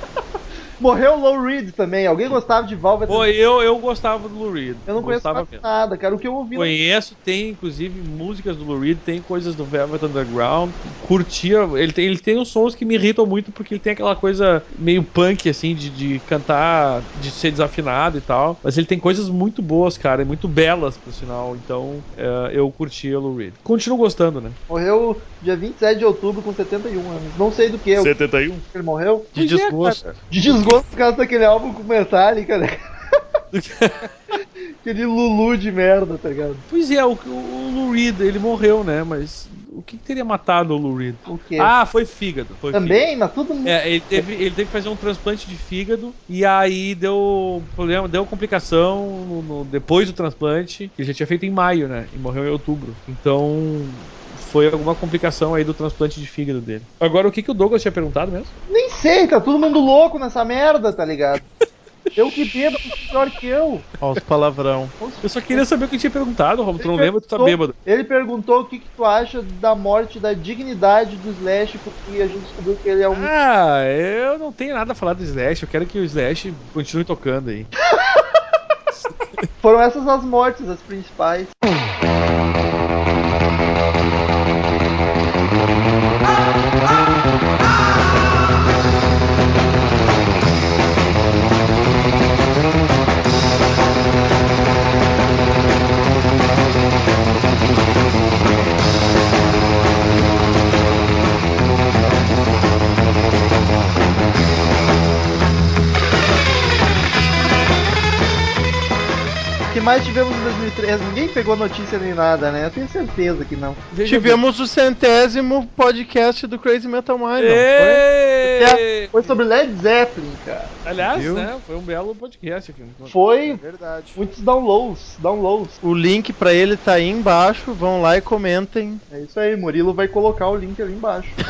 Morreu o Low Reed também. Alguém gostava de Velvet? Pô, eu, eu gostava do Lou Reed. eu não conheço Gostava quase mesmo. nada, cara. O que eu ouvi. Conheço, tem inclusive músicas do Lou Reed, tem coisas do Velvet Underground. Curtia, ele tem, ele tem uns sons que me irritam muito porque ele tem aquela coisa meio punk, assim, de, de cantar, de ser desafinado e tal. Mas ele tem coisas muito boas, cara, e muito belas, por sinal. Então é, eu curtia o Lou Reed. Continuo gostando, né? Morreu dia 27 de outubro com 71 anos. Não sei do que. Eu... 71? que Ele morreu? De Pois é, desgosto. De desgosto por causa daquele álbum com Metallica, <laughs> né? Aquele Lulu de merda, tá ligado? Pois é, o, o Lou Reed, ele morreu, né? Mas o que, que teria matado o Lou Reed? O quê? Ah, foi fígado. Foi fígado. Também, mas tudo. É, ele teve, ele teve que fazer um transplante de fígado e aí deu problema, deu complicação no- no- depois do transplante, que ele já tinha feito em maio, né? E morreu em outubro. Então foi alguma complicação aí do transplante de fígado dele. Agora o que, que o Douglas tinha perguntado mesmo? Nem sei, tá todo mundo louco nessa merda, tá ligado? Eu que bebo pior que eu. Ó, os palavrão. <laughs> Eu só queria saber o que tinha perguntado, Romulo. Tu não lembra, tu tá bêbado. Ele perguntou o que, que tu acha da morte da dignidade do Slash, porque a gente descobriu que ele é um. Ah, eu não tenho nada a falar do Slash, eu quero que o Slash continue tocando aí. Foram essas as mortes, as principais. O que mais tivemos em 2013? Ninguém pegou notícia nem nada, né? Eu tenho certeza que não. Veja bem. Tivemos o centésimo podcast do Crazy Metal Mind. não Ê! Foi sobre Led Zeppelin, cara. Aliás, Viu? né? Foi um belo podcast aqui. Foi Verdade. muitos downloads, downloads. foi? O link pra ele tá aí embaixo. Vão lá e comentem. É isso aí, Murilo vai colocar o link ali embaixo. <laughs>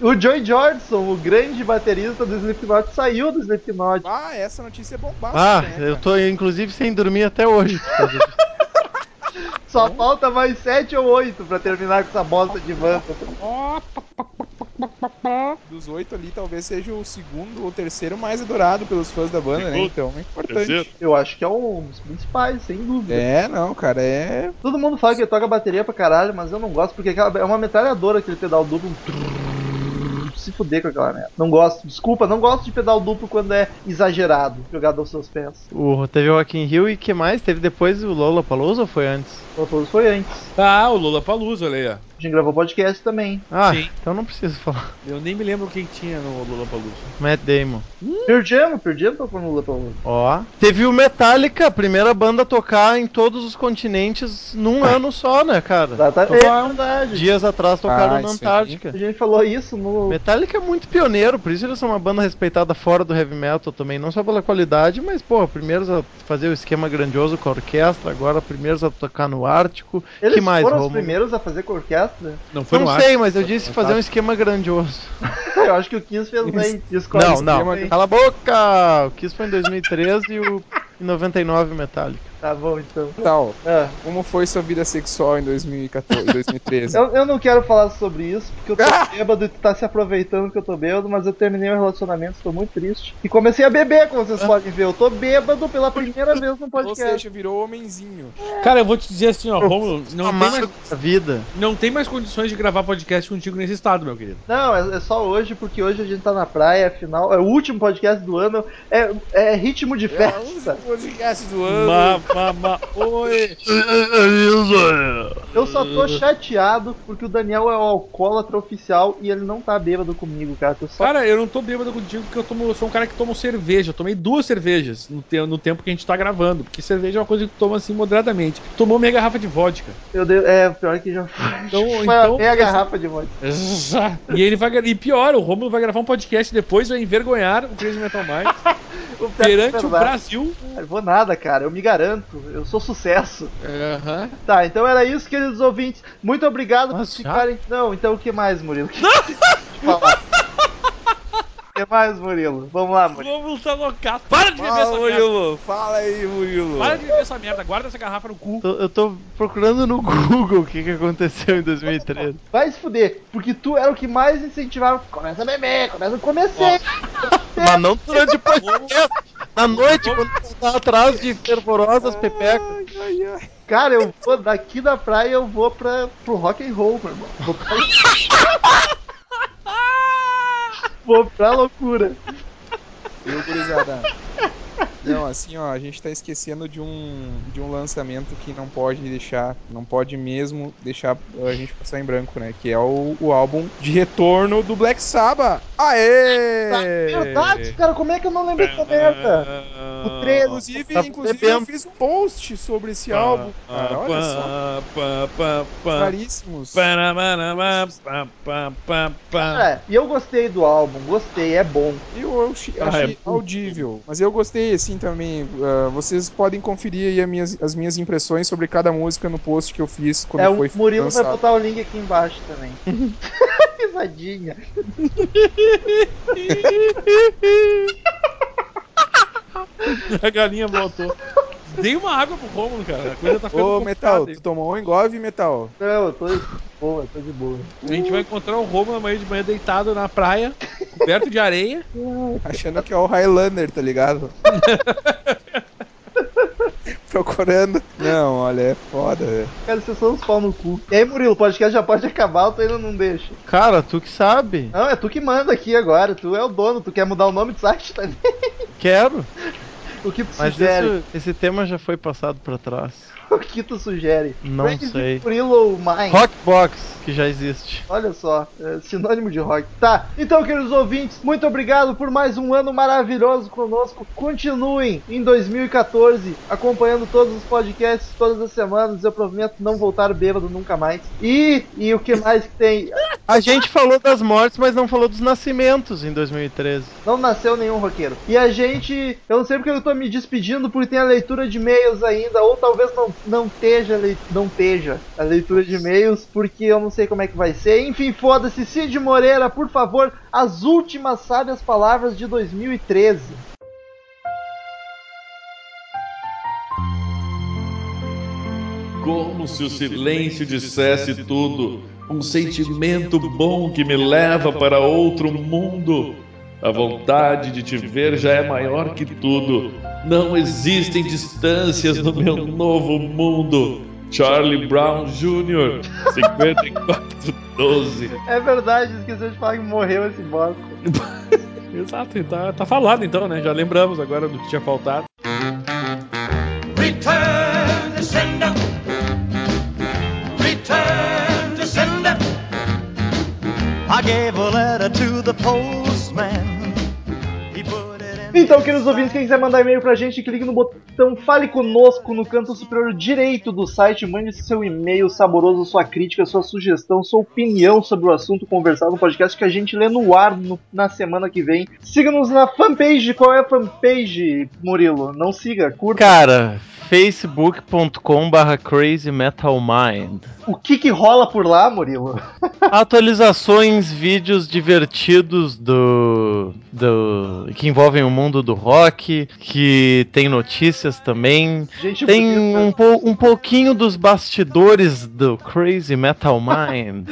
o Joy Jordison, o grande baterista do Slipknot, saiu do Slipknot. Ah, essa notícia é bombástica, Ah, né, eu cara? tô inclusive sem dormir até <laughs> hoje. por causa disso. Só falta mais sete ou oito pra terminar com essa bosta de banda. Dos oito ali, talvez seja o segundo ou terceiro mais adorado pelos fãs da banda, né? Segundo, Então é importante. Eu acho que é um dos principais, sem dúvida. É, não, cara, é. Todo mundo fala que ele toca bateria pra caralho, mas eu não gosto, porque aquela- é uma metralhadora aquele pedal duplo. um trrr, Se fuder com aquela merda. Não gosto, desculpa, não gosto de pedal duplo quando é exagerado, jogado aos seus pés. O, teve o Rock in Rio e que mais? Teve depois o Lola Palouza ou foi antes? O Autobus Então, foi antes. Ah, o Lula Palusa, olha aí. ó. A gente gravou podcast também. Ah, Sim. então não preciso falar. <laughs> Eu nem me lembro quem tinha no Lula Palusa. Matt Damon. Pearl Jam, Pearl Jam tocou no Lula Palusa. Ó. Teve o Metallica, a primeira banda a tocar em todos os continentes num ano só, né, cara? Exatamente. É verdade. Dias atrás tocaram Ah, na isso Antártica. A gente falou isso no. Metallica é muito pioneiro, por isso eles são uma banda respeitada fora do heavy metal também, não só pela qualidade, mas, pô, primeiros a fazer o esquema grandioso com a orquestra, agora primeiros a tocar no Ártico. Eles que mais, foram os Romulo? primeiros a fazer com orquestra? Não foi Não no sei, Ártico, mas eu foi disse no fazer um Antártico. esquema grandioso. um eu acho que o Kiss fez bem. Isso com a Não, gente não, também. cala a boca! O Kiss foi em 2013 e o em 99 o Metallica. Tá bom então. Tal, Ah. como foi sua vida sexual em 2014, 2013? <laughs> Eu, eu não quero falar sobre isso, porque eu tô bêbado e tu tá se aproveitando que eu tô bêbado, mas eu terminei o relacionamento, estou muito triste. E comecei a beber, como vocês podem ver. Eu tô bêbado pela primeira vez no Ou podcast. seja, virou homenzinho. Cara, eu vou te dizer assim, ó, Romulo, não, tem Amado mais, É é da vida. não tem mais condições de gravar podcast contigo nesse estado, meu querido. Não, é, é só hoje, porque hoje a gente tá na praia, afinal, é o último podcast do ano, é, é ritmo de É um dos festa. podcasts do ano. Ma, ma, ma, oi. Eu só tô chateado porque o Daniel é o alcoólatra oficial e ele não tá bêbado comigo, cara. Eu só Cara, eu não tô bêbado contigo porque eu, tomo, eu sou um cara que toma cerveja. Eu tomei duas cervejas no, te- no tempo que a gente tá gravando. Porque cerveja é uma coisa que tu toma assim moderadamente. Tomou meia garrafa de vodka. Meu Deus, é, pior que já foi. Então, Então, então a garrafa de vodka. E ele vai. gra- E pior, o Romulo vai gravar um podcast depois, vai envergonhar o Crazy Metal Mind O pior que é perante o verdade. Brasil. Cara, Vou nada, cara. Eu me garanto. Eu sou sucesso. Aham. Tá, então era isso, queridos ouvintes. Muito obrigado Nossa, por já? ficarem. Não, então o que mais, <laughs> Murilo? O que falar? O que mais, Murilo? Vamos lá, O Murilo. Romulo tá loucaço. Para de beber Fala, essa merda. Murilo. Fala aí, Murilo. Para de beber essa merda. Guarda essa garrafa no cu. Tô- Eu tô procurando no Google o que, que aconteceu em 2013. Vai se fuder, porque tu era o que mais incentivava. Começa a beber, começa a começar. Mas não durante o podcast. Na noite, quando tu tá atrás de fervorosas pepecas. Ai, ai. Cara, eu vou daqui da praia eu vou pra, pro rock and roll, meu irmão. Vou <laughs> pra, vou pra loucura. Viu, gurizada? Não, assim, ó, a gente tá esquecendo de um, de um lançamento que não pode deixar, não pode mesmo deixar a gente passar em branco, né? Que é o, o álbum de retorno do Black Sabbath. Aê! Verdade, cara, como é que eu não lembro dessa merda? O 13. Inclusive, Tá inclusive bebendo. eu fiz um post sobre esse Ah, álbum, cara. Olha só, claríssimos. Cara, É, e eu gostei do álbum, gostei, é bom. Eu, eu chi- Ah, achei é. audível. Mas eu gostei, assim, também. ah, vocês podem conferir aí as minhas, as minhas impressões sobre cada música no post que eu fiz quando é um, foi Murilo lançado. vai botar o link aqui embaixo também. Risadinha. É. A galinha voltou. Dei uma água pro Romulo, cara. A coisa tá ficando Ô, Metal, complicada. tu tomou um engolve, Metal? Não, eu tô de boa, eu tô de boa. A gente vai encontrar o Romulo amanhã de manhã deitado na praia, coberto de areia. Achando que é o Highlander, tá ligado? <laughs> Procurando. Não, olha, é foda, velho. Cara, vocês são uns pau no cu. E aí, Murilo, o podcast já pode acabar, eu tô ainda não deixa. Cara, tu que sabe. Não, é tu que manda aqui agora, tu é o dono, tu quer mudar o nome do site, tá ligado? Quero. <laughs> O que tu Mas sugere? isso- esse tema já foi passado pra trás. O que tu sugere? Não Crazy sei. Murilo ou Mind? Rockbox, que já existe. Olha só, é sinônimo de rock. Tá, então, queridos ouvintes, muito obrigado por mais um ano maravilhoso conosco. Continuem em 2014, acompanhando todos os podcasts, todas as semanas. Eu prometo não voltar bêbado nunca mais. E, e o que mais que tem? A gente falou das mortes, mas não falou dos nascimentos em 2013. Não nasceu nenhum roqueiro. E a gente, eu não sei porque eu tô me despedindo, porque tem a leitura de e-mails ainda, ou talvez não, não, teja, lei- não teja a leitura de e-mails, porque eu não sei como é que vai ser. Enfim, foda-se. Cid Moreira, por favor, as últimas sábias palavras de 2013. Como se o silêncio dissesse tudo. um sentimento bom que me leva para outro mundo. A vontade de te ver já é maior que tudo. Não existem distâncias no meu novo mundo. Charlie Brown <laughs> Jr., 5412. É verdade, esqueceu de falar que morreu esse bosta. Exato, e tá, tá falado então, né? Já lembramos agora do que tinha faltado. Return to sender. Return to sender. I gave a letter to the postman. He put it in. Então, queridos ouvintes, quem quiser mandar e-mail pra gente, clique no botão Fale Conosco no canto superior direito do site. Mande seu e-mail saboroso, sua crítica, sua sugestão, sua opinião sobre o assunto conversado no podcast que a gente lê no ar no- na semana que vem. Siga-nos na fanpage. Qual é a fanpage, Murilo? Não siga, curta. Cara, facebook.com/barra crazymetalmind. O que que rola por lá, Murilo? Atualizações, vídeos divertidos do, do que envolvem o mundo do rock, que tem notícias também. Gente Tem bonita. um, pou- um pouquinho dos bastidores do Crazy Metal Mind.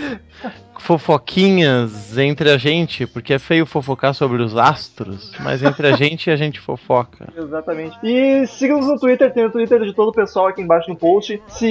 Fofoquinhas entre a gente, porque é feio fofocar sobre os astros, mas entre a gente a gente fofoca. Exatamente. E siga-nos no Twitter, tem o Twitter de todo o pessoal aqui embaixo no post. Se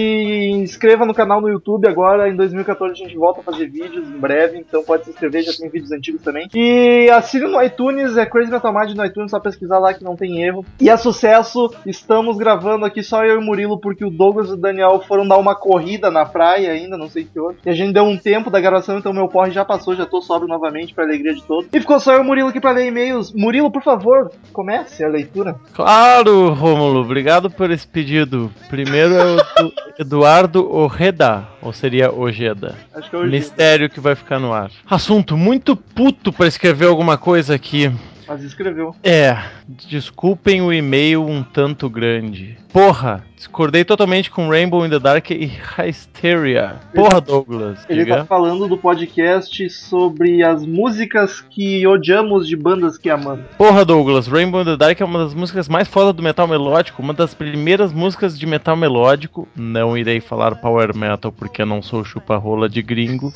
inscreva no canal no YouTube agora, em 2014 a gente volta a fazer vídeos em breve, então pode se inscrever, já tem vídeos antigos também. E assine no iTunes, é Crazy Metal Mind no iTunes, só pesquisar lá que não tem erro. E é sucesso, estamos gravando aqui só eu e o Murilo, porque o Douglas e o Daniel foram dar uma corrida na praia ainda, não sei que hora. E a gente deu um tempo da gravação, então meu porre já passou, já tô sóbrio novamente, pra alegria de todos. E ficou só eu e o Murilo aqui pra ler e-mails. Murilo, por favor, comece a leitura. Claro, Rômulo, obrigado por esse pedido. Primeiro é o do Eduardo Orreda, ou seria Ojeda. Acho que é hoje. Mistério que vai ficar no ar. Assunto muito puto pra escrever alguma coisa aqui. Mas escreveu. É, desculpem o e-mail um tanto grande. Porra, discordei totalmente com Rainbow in the Dark e Hysteria. Porra, Douglas, tá- Ele diga. tá falando do podcast sobre as músicas que odiamos de bandas que amamos. Porra, Douglas, Rainbow in the Dark é uma das músicas mais foda do metal melódico, uma das primeiras músicas de metal melódico. Não irei falar power metal porque não sou chupa-rola de gringo.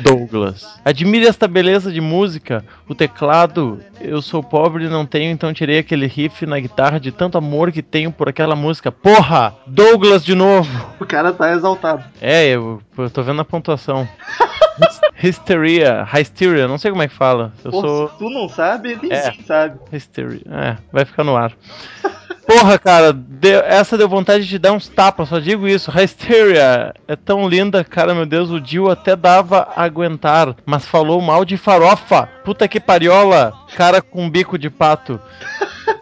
Douglas. Admire esta beleza de música, o teclado. Eu sou pobre e não tenho, então tirei aquele riff na guitarra de tanto amor que tenho por aquela música. Porra! Douglas de novo! O cara tá exaltado. É, eu, eu tô vendo a pontuação. Hysteria, Hysteria, não sei como é que fala. Eu Pô, sou. se tu não sabe, ele É. sim sabe. History. É, vai ficar no ar. <laughs> Porra, cara, deu- essa deu vontade de dar uns tapas, só digo isso. Hysteria é tão linda, cara, meu Deus, o Dio até dava a aguentar, mas falou mal de farofa. Puta que pariola, cara com bico de pato.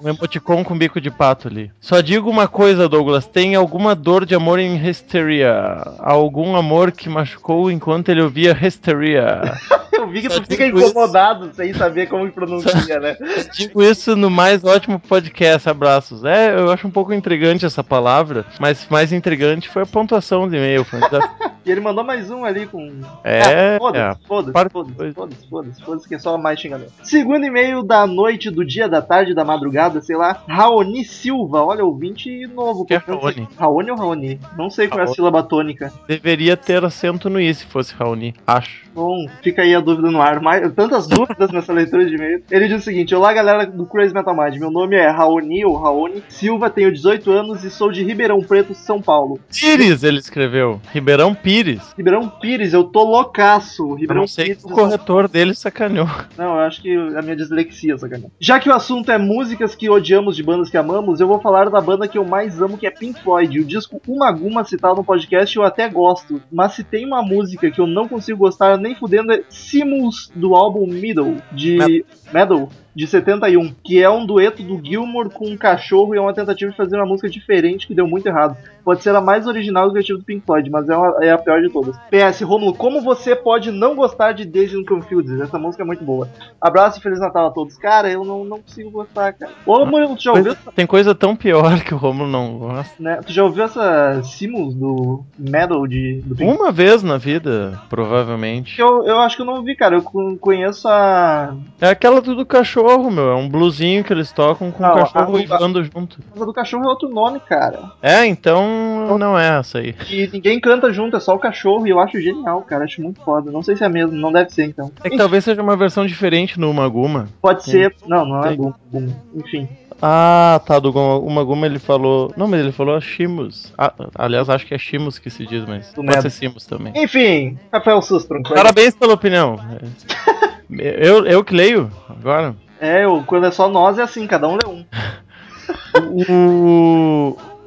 Um emoticon com bico de pato ali. Só digo uma coisa, Douglas. Tem alguma dor de amor em Hysteria? Algum amor que machucou enquanto ele ouvia Hysteria? Eu vi que Só tu fica digo isso. incomodado sem saber como que pronuncia, né? Digo isso no mais ótimo podcast, abraços. É, eu acho um pouco intrigante essa palavra, mas mais intrigante foi a pontuação do e-mail. foi um <laughs> desafio. E ele mandou mais um ali com. Ah, É, é. Foda-se, Para- foda-se, foda-se, foda-se, foda-se, foda-se, que é só mais xingamento. Segundo e-mail da noite, do dia, da tarde, da madrugada, sei lá. Raoni Silva, olha, ouvinte novo. Que é portanto, Raoni? Raoni ou Raoni? Não sei qual é a Raoni. sílaba tônica. deveria ter acento no i se fosse Raoni, acho. Bom, Então, fica aí a dúvida no ar. Mais, tantas dúvidas nessa leitura de e-mail. Ele diz o seguinte: Olá, galera do Crazy Metal Mind. Meu nome é Raoni ou Raoni Silva, tenho 18 anos e sou de Ribeirão Preto, São Paulo. Pires, ele escreveu. Ribeirão Pires. Ribeirão Pires, eu tô loucaço. Eu Ribeirão não sei Pires. que o corretor dele sacaneou. Não, eu acho que é a minha dislexia, sacanagem. Já que o assunto é músicas que odiamos de bandas que amamos, eu vou falar da banda que eu mais amo, que é Pink Floyd. O disco Uma Guma citado no podcast eu até gosto, mas se tem uma música que eu não consigo gostar nem fudendo é Simmons do álbum Middle, de... Metal. Metal? De 71, que é um dueto do Gilmour com um cachorro e é uma tentativa de fazer uma música diferente que deu muito errado. Pode ser a mais original e criativa do Pink Floyd, mas é, uma- é a pior de todas. PS, Romulo, como você pode não gostar de Days in Confused? Essa música é muito boa. Abraço e Feliz Natal a todos. Cara, eu não, não consigo gostar, cara. Ô, Murilo, tu já ouviu, essa- Tem coisa tão pior que o Romulo não gosta. né? Tu já ouviu essa Simmons do Metal de, do Pink Uma vez na vida, provavelmente. eu, eu acho que eu não ouvi, cara. Eu con- conheço a. É aquela do do cachorro, meu. É um bluesinho que eles tocam com Não, o a- cachorro a- uivando junto. Casa do Cachorro é outro nome, cara. É, então não é essa aí. E ninguém canta junto, é só o cachorro. E eu acho genial, cara. Acho muito foda. Não sei se é mesmo, não deve ser então. É que talvez seja uma versão diferente no Uma Guma. Pode ser. Não, não é Sim. bom. bom. Enfim. Ah, tá, do Guma- Uma Guma ele falou. Não, mas ele falou Shimus. Ah, aliás, acho que é Shimus que se diz, mas Do pode nada. ser Simus também. Enfim, Rafael um Sustron. Parabéns pela opinião. Eu, eu que leio agora. É, eu, quando é só nós é assim, cada um lê um.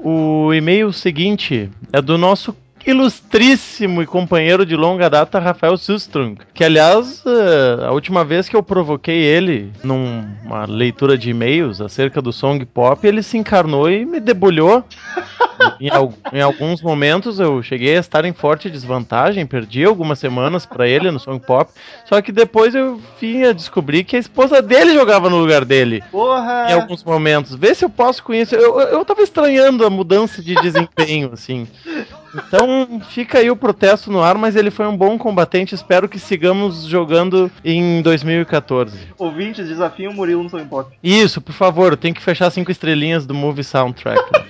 O, o e-mail seguinte é do nosso ilustríssimo e companheiro de longa data, Rafael Sustrung. Que, aliás, eh, a última vez que eu provoquei ele numa leitura de e-mails acerca do song pop, ele se encarnou e me debulhou. em, al- em alguns momentos eu cheguei a estar em forte desvantagem, perdi algumas semanas pra ele no song pop. Só que depois eu vim a descobrir que a esposa dele jogava no lugar dele Porra! em alguns momentos. Vê se eu posso com isso. Eu, eu eu tava estranhando a mudança de desempenho, assim. Então fica aí o protesto no ar, mas ele foi um bom combatente. Espero que sigamos jogando em 2014. Ouvintes, desafio o Murilo no Song Pop. Isso, por favor, tem que fechar cinco estrelinhas do Movie Soundtrack.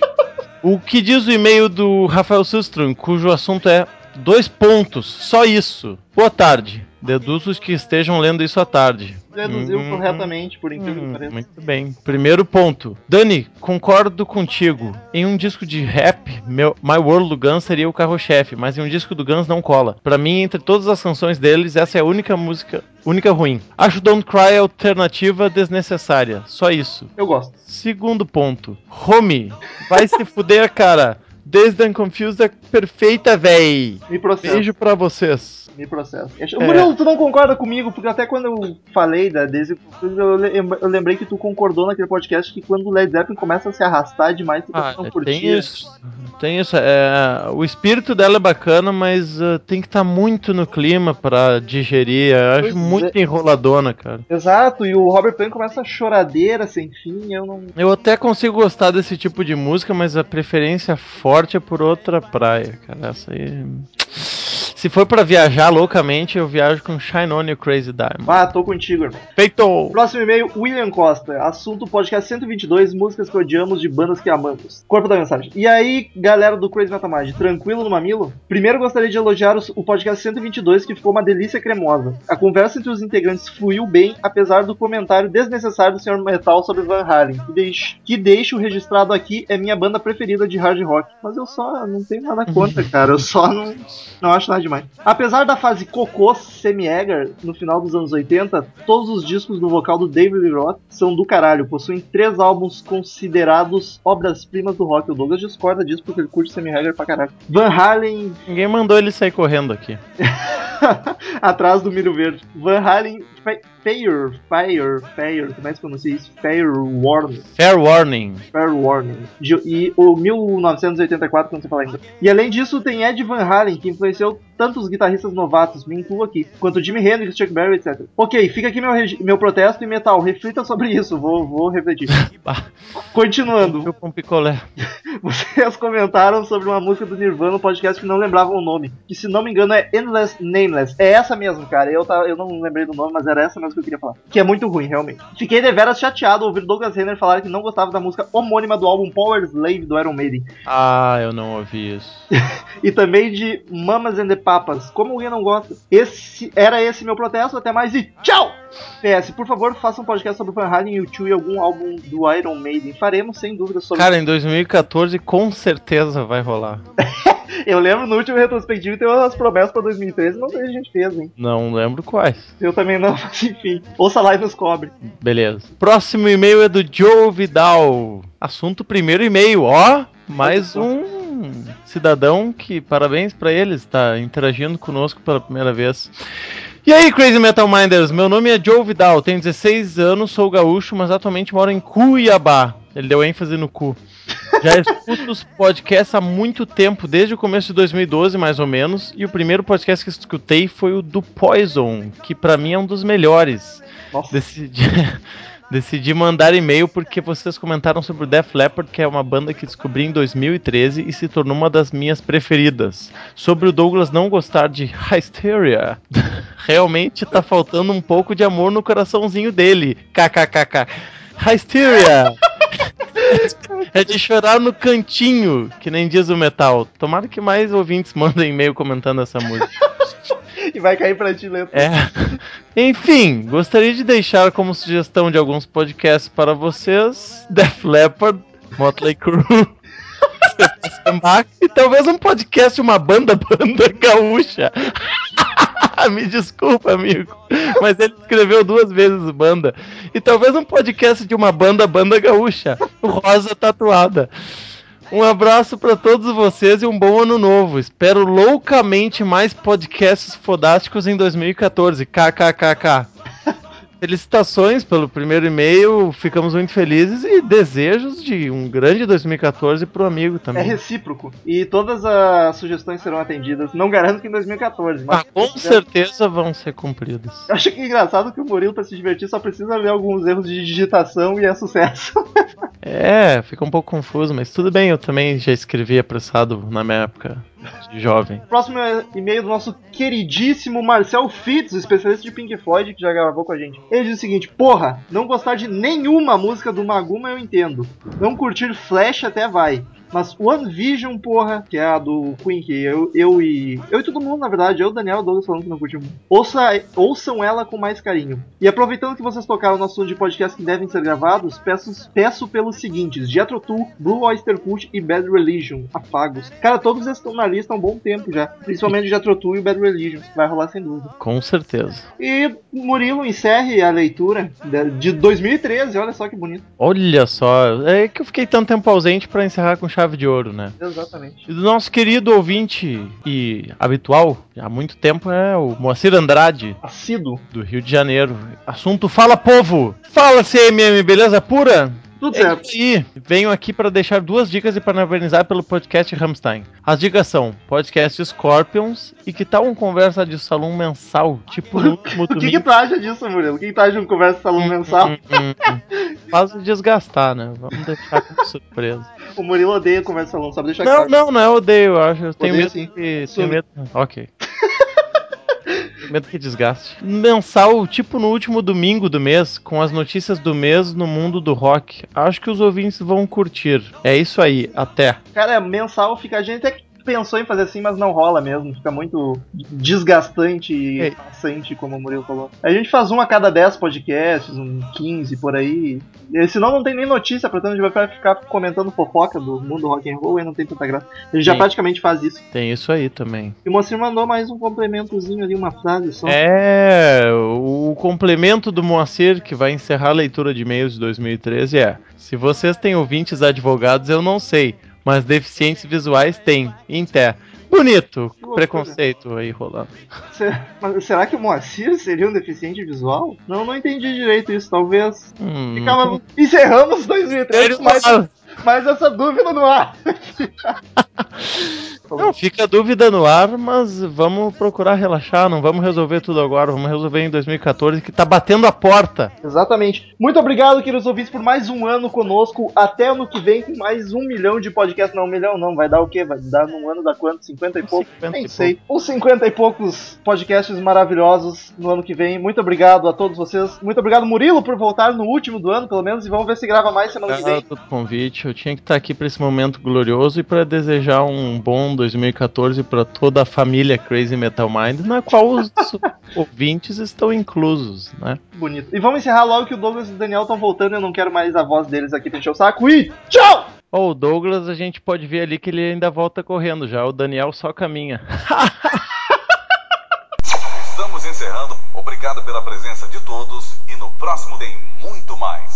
o que diz o e-mail do Rafael Sustrum, cujo assunto é dois pontos, só isso. Boa tarde. Deduzo os que estejam lendo isso à tarde. Deduziu Hum. corretamente, por incrível Hum, que pareça. muito bem. Primeiro ponto. Dani, concordo contigo. Em um disco de rap, meu, My World do Guns seria o carro-chefe, mas em um disco do Guns não cola. Pra mim, entre todas as canções deles, essa é a única música, única ruim. Acho Don't Cry alternativa desnecessária. Só isso. Eu gosto. Segundo ponto. Homie, vai se fuder, cara. Desde Unconfused é perfeita, véi. Me processa. Beijo É. pra vocês. Me processa. Eu- Murilo, tu não concorda comigo, porque até quando eu falei da Daisy, eu, lem- eu lembrei que tu concordou naquele podcast que quando o Led Zeppelin começa a se arrastar demais, tu tá Ah, começa a não tem curtir. isso. Tem isso. é, o espírito dela é bacana, mas eh, tem que estar muito no clima pra digerir. Eu acho Pois muito enroladona, cara. Exato, e o Robert Plant começa a choradeira sem fim, eu não. Eu até consigo gostar desse tipo de música, mas a preferência forte é por outra praia, cara. Essa aí. Se for pra viajar loucamente, eu viajo com Shine On e Crazy Diamond. Ah, tô contigo, irmão. Feito! Próximo e-mail, William Costa. Assunto podcast 122, músicas que odiamos de bandas que amamos. Corpo da mensagem. E aí, galera do Crazy Matamage, tranquilo no mamilo? Primeiro gostaria de elogiar os- o podcast 122, que ficou uma delícia cremosa. A conversa entre os integrantes fluiu bem, apesar do comentário desnecessário do Sr. Metal sobre Van Halen. Que deixo, que deixo registrado aqui, é minha banda preferida de hard rock. Mas eu só não tenho nada contra, cara. Eu só não, não acho nada demais. Apesar da fase cocô semi-egger no final dos anos 80, todos os discos do vocal do David Lee Roth são do caralho. Possuem três álbuns considerados obras-primas do rock. O Douglas discorda disso porque ele curte semi-egger pra caralho. Van Halen <laughs> Ninguém mandou ele sair correndo aqui. atrás do milho verde. Van Halen Fe- Fire, Fire, Fire, como é que se pronuncia isso? Fire Warning. Fair warning. Fair Warning. De- e o 1984, quando você fala ainda. E além disso, tem Ed Van Halen, que influenciou tantos guitarristas novatos, me incluo aqui, quanto Jimi Hendrix, Chuck Berry, etc. Ok, fica aqui meu, regi- meu protesto e metal, reflita sobre isso, vou, vou refletir. Bah. Continuando, Chupa um picolé. vocês <laughs> comentaram sobre uma música do Nirvana no podcast que não lembravam o nome, que se não me engano é Endless Nameless. É essa mesmo, cara, eu, tava- eu não lembrei do nome, mas era essa mesmo que eu queria falar. Que é muito ruim, realmente. Fiquei deveras chateado ao ouvir Douglas Renner falar que não gostava da música homônima do álbum Power Slave do Iron Maiden. Ah, eu não ouvi isso. e também de Mamas and the Papas. Como alguém não gosta? Esse era esse meu protesto, até mais e tchau! PS, por favor, faça um podcast sobre Van Halen e o Tio e algum álbum do Iron Maiden. Faremos sem dúvida sobre. Cara, em 2014 com certeza vai rolar. Eu lembro no último retrospectivo tem umas promessas pra 2013, não sei se a gente fez, hein? Não lembro quais. Eu também não, <laughs> mas enfim. Ouça lá e nos cobre. Beleza. Próximo e-mail é do Joe Vidal. Assunto primeiro e-mail, ó. Mais um cidadão que, parabéns pra ele, está interagindo conosco pela primeira vez. E aí, Crazy Metal Minders, meu nome é Joe Vidal, tenho 16 anos, sou gaúcho, mas atualmente moro em Cuiabá. Ele deu ênfase no cu. Já escuto os podcasts há muito tempo, desde o começo de 2012, mais ou menos, e o primeiro podcast que escutei foi o do Poison, que pra mim é um dos melhores Nossa. desse, de- <laughs> Decidi mandar e-mail porque vocês comentaram sobre o Def Leppard, que é uma banda que descobri em 2013 e se tornou uma das minhas preferidas. Sobre o Douglas não gostar de <laughs> Hysteria, <laughs> realmente tá faltando um pouco de amor no coraçãozinho dele. KKKK. Hysteria! <laughs> É de chorar no cantinho, que nem diz o metal. Tomara que mais ouvintes mandem e-mail comentando essa música. E vai cair pra ti, Leto. É. <laughs> Enfim, gostaria de deixar como sugestão de alguns podcasts para vocês: Def Leppard, Motley Crue, Sebastian Bach e talvez um podcast de uma banda <laughs> banda gaúcha. <laughs> Me desculpa, amigo, mas ele escreveu duas vezes banda. E talvez um podcast de uma banda banda gaúcha, o Rosa Tatuada. Um abraço pra todos vocês e um bom ano novo. Espero loucamente mais podcasts fodásticos em 2014. KKKK. Felicitações pelo primeiro e-mail, ficamos muito felizes e desejos de um grande 2014 pro amigo É também. recíproco. E todas as sugestões serão atendidas. Não garanto que em 2014, mas. Ah, com certeza vão ser cumpridos. Eu acho que é engraçado que o Murilo, pra se divertir, só precisa ler alguns erros de digitação e é sucesso. É, fica um pouco confuso, mas tudo bem, eu também já escrevi apressado na minha época de jovem. Próximo e-mail do nosso queridíssimo Marcel Fitz, especialista de Pink Floyd, que já gravou com a gente. Ele diz o seguinte: Porra, não gostar de nenhuma música do Maguma eu entendo. Não curtir Flash até vai. Mas One Vision, porra, que é a do Queen, que eu, eu e. Eu e todo mundo, na verdade, eu, Daniel, Douglas falando que não curtiu muito. Ouça, ouçam ela com mais carinho. E aproveitando que vocês tocaram o nosso assunto de podcast que devem ser gravados, peço, peço pelos seguintes: Jethro Tull, Blue Oyster Cult e Bad Religion. Apagos. Cara, todos esses estão na lista há um bom tempo já. Principalmente Jethro Tull e Bad Religion. Vai rolar sem dúvida. Com certeza. E Murilo encerre a leitura de- de 2013, olha só que bonito. Olha só, é que eu fiquei tanto tempo ausente pra encerrar com chave de ouro, né? Exatamente. E do nosso querido ouvinte e habitual há muito tempo é o Moacir Andrade, Assíduo. do Rio de Janeiro. Assunto Fala Povo! Fala CMM, beleza pura? Tudo É certo. isso aí. Venho aqui para deixar duas dicas e parabenizar pelo podcast Ramstein. As dicas são podcast Scorpions e que tal um conversa de salão mensal, tipo no último O que, que domingo? tu acha disso, Murilo? O que, que tu acha de um conversa de salão Hum, mensal? Faz o hum. desgastar, né? Vamos deixar com <laughs> surpresa. O Murilo odeia conversa de salão, sabe? Deixa Não, Tá claro. não, não é odeio, eu acho. Eu tenho Odeio medo sim. que. Sim. Tenho medo. Ok. <laughs> Tenho medo que desgaste. Mensal, tipo no último domingo do mês, com as notícias do mês no mundo do rock. Acho que os ouvintes vão curtir. É isso aí, até. Cara, mensal fica. A gente até pensou em fazer assim, mas não rola mesmo. Fica muito desgastante e É. cansante, como o Murilo falou. A gente faz um a cada 10 podcasts, um 15 por aí. E, senão não tem nem notícia, portanto a gente vai ficar comentando fofoca do mundo rock and roll e não tem tanta graça. A gente já Sim. praticamente faz isso. Tem isso aí também. E o Moacir mandou mais um complementozinho ali, uma frase só. É, o complemento do Moacir, que vai encerrar a leitura de e-mails de 2013, é: Se vocês têm ouvintes advogados, eu não sei, mas deficientes visuais têm, em té. Bonito, loucura. preconceito aí rolando. Será, mas será que o Moacir seria um deficiente visual? Não, não entendi direito isso, talvez. Hum, <laughs> Ficava, encerramos <laughs> 2013 Sério, com mais, mano? mais essa dúvida no ar. <laughs> Não, fica a dúvida no ar, mas vamos procurar relaxar, não vamos resolver tudo agora, vamos resolver em 2014, que tá batendo a porta. Exatamente. Muito obrigado, queridos ouvintes, por mais um ano conosco. Até ano que vem com mais um milhão de podcasts. Não, um milhão não. Vai dar o quê? Vai dar num ano da quanto? 50 e pouco? 50 Nem e sei. Uns 50 e poucos podcasts maravilhosos no ano que vem. Muito obrigado a todos vocês. Muito obrigado, Murilo, por voltar no último do ano, pelo menos. E vamos ver se grava mais semana que Obrigado vem. pelo convite. Eu tinha que estar aqui para esse momento glorioso e para desejar um bom 2014 para toda a família Crazy Metal Mind, na qual os ouvintes estão inclusos, né? Bonito. E vamos encerrar logo que o Douglas e o Daniel estão voltando. Eu não quero mais a voz deles aqui pra encher o saco. E tchau! Ó, o Douglas, a gente pode ver ali que ele ainda volta correndo já, o Daniel só caminha. Estamos encerrando. Obrigado pela presença de todos e no próximo tem muito mais.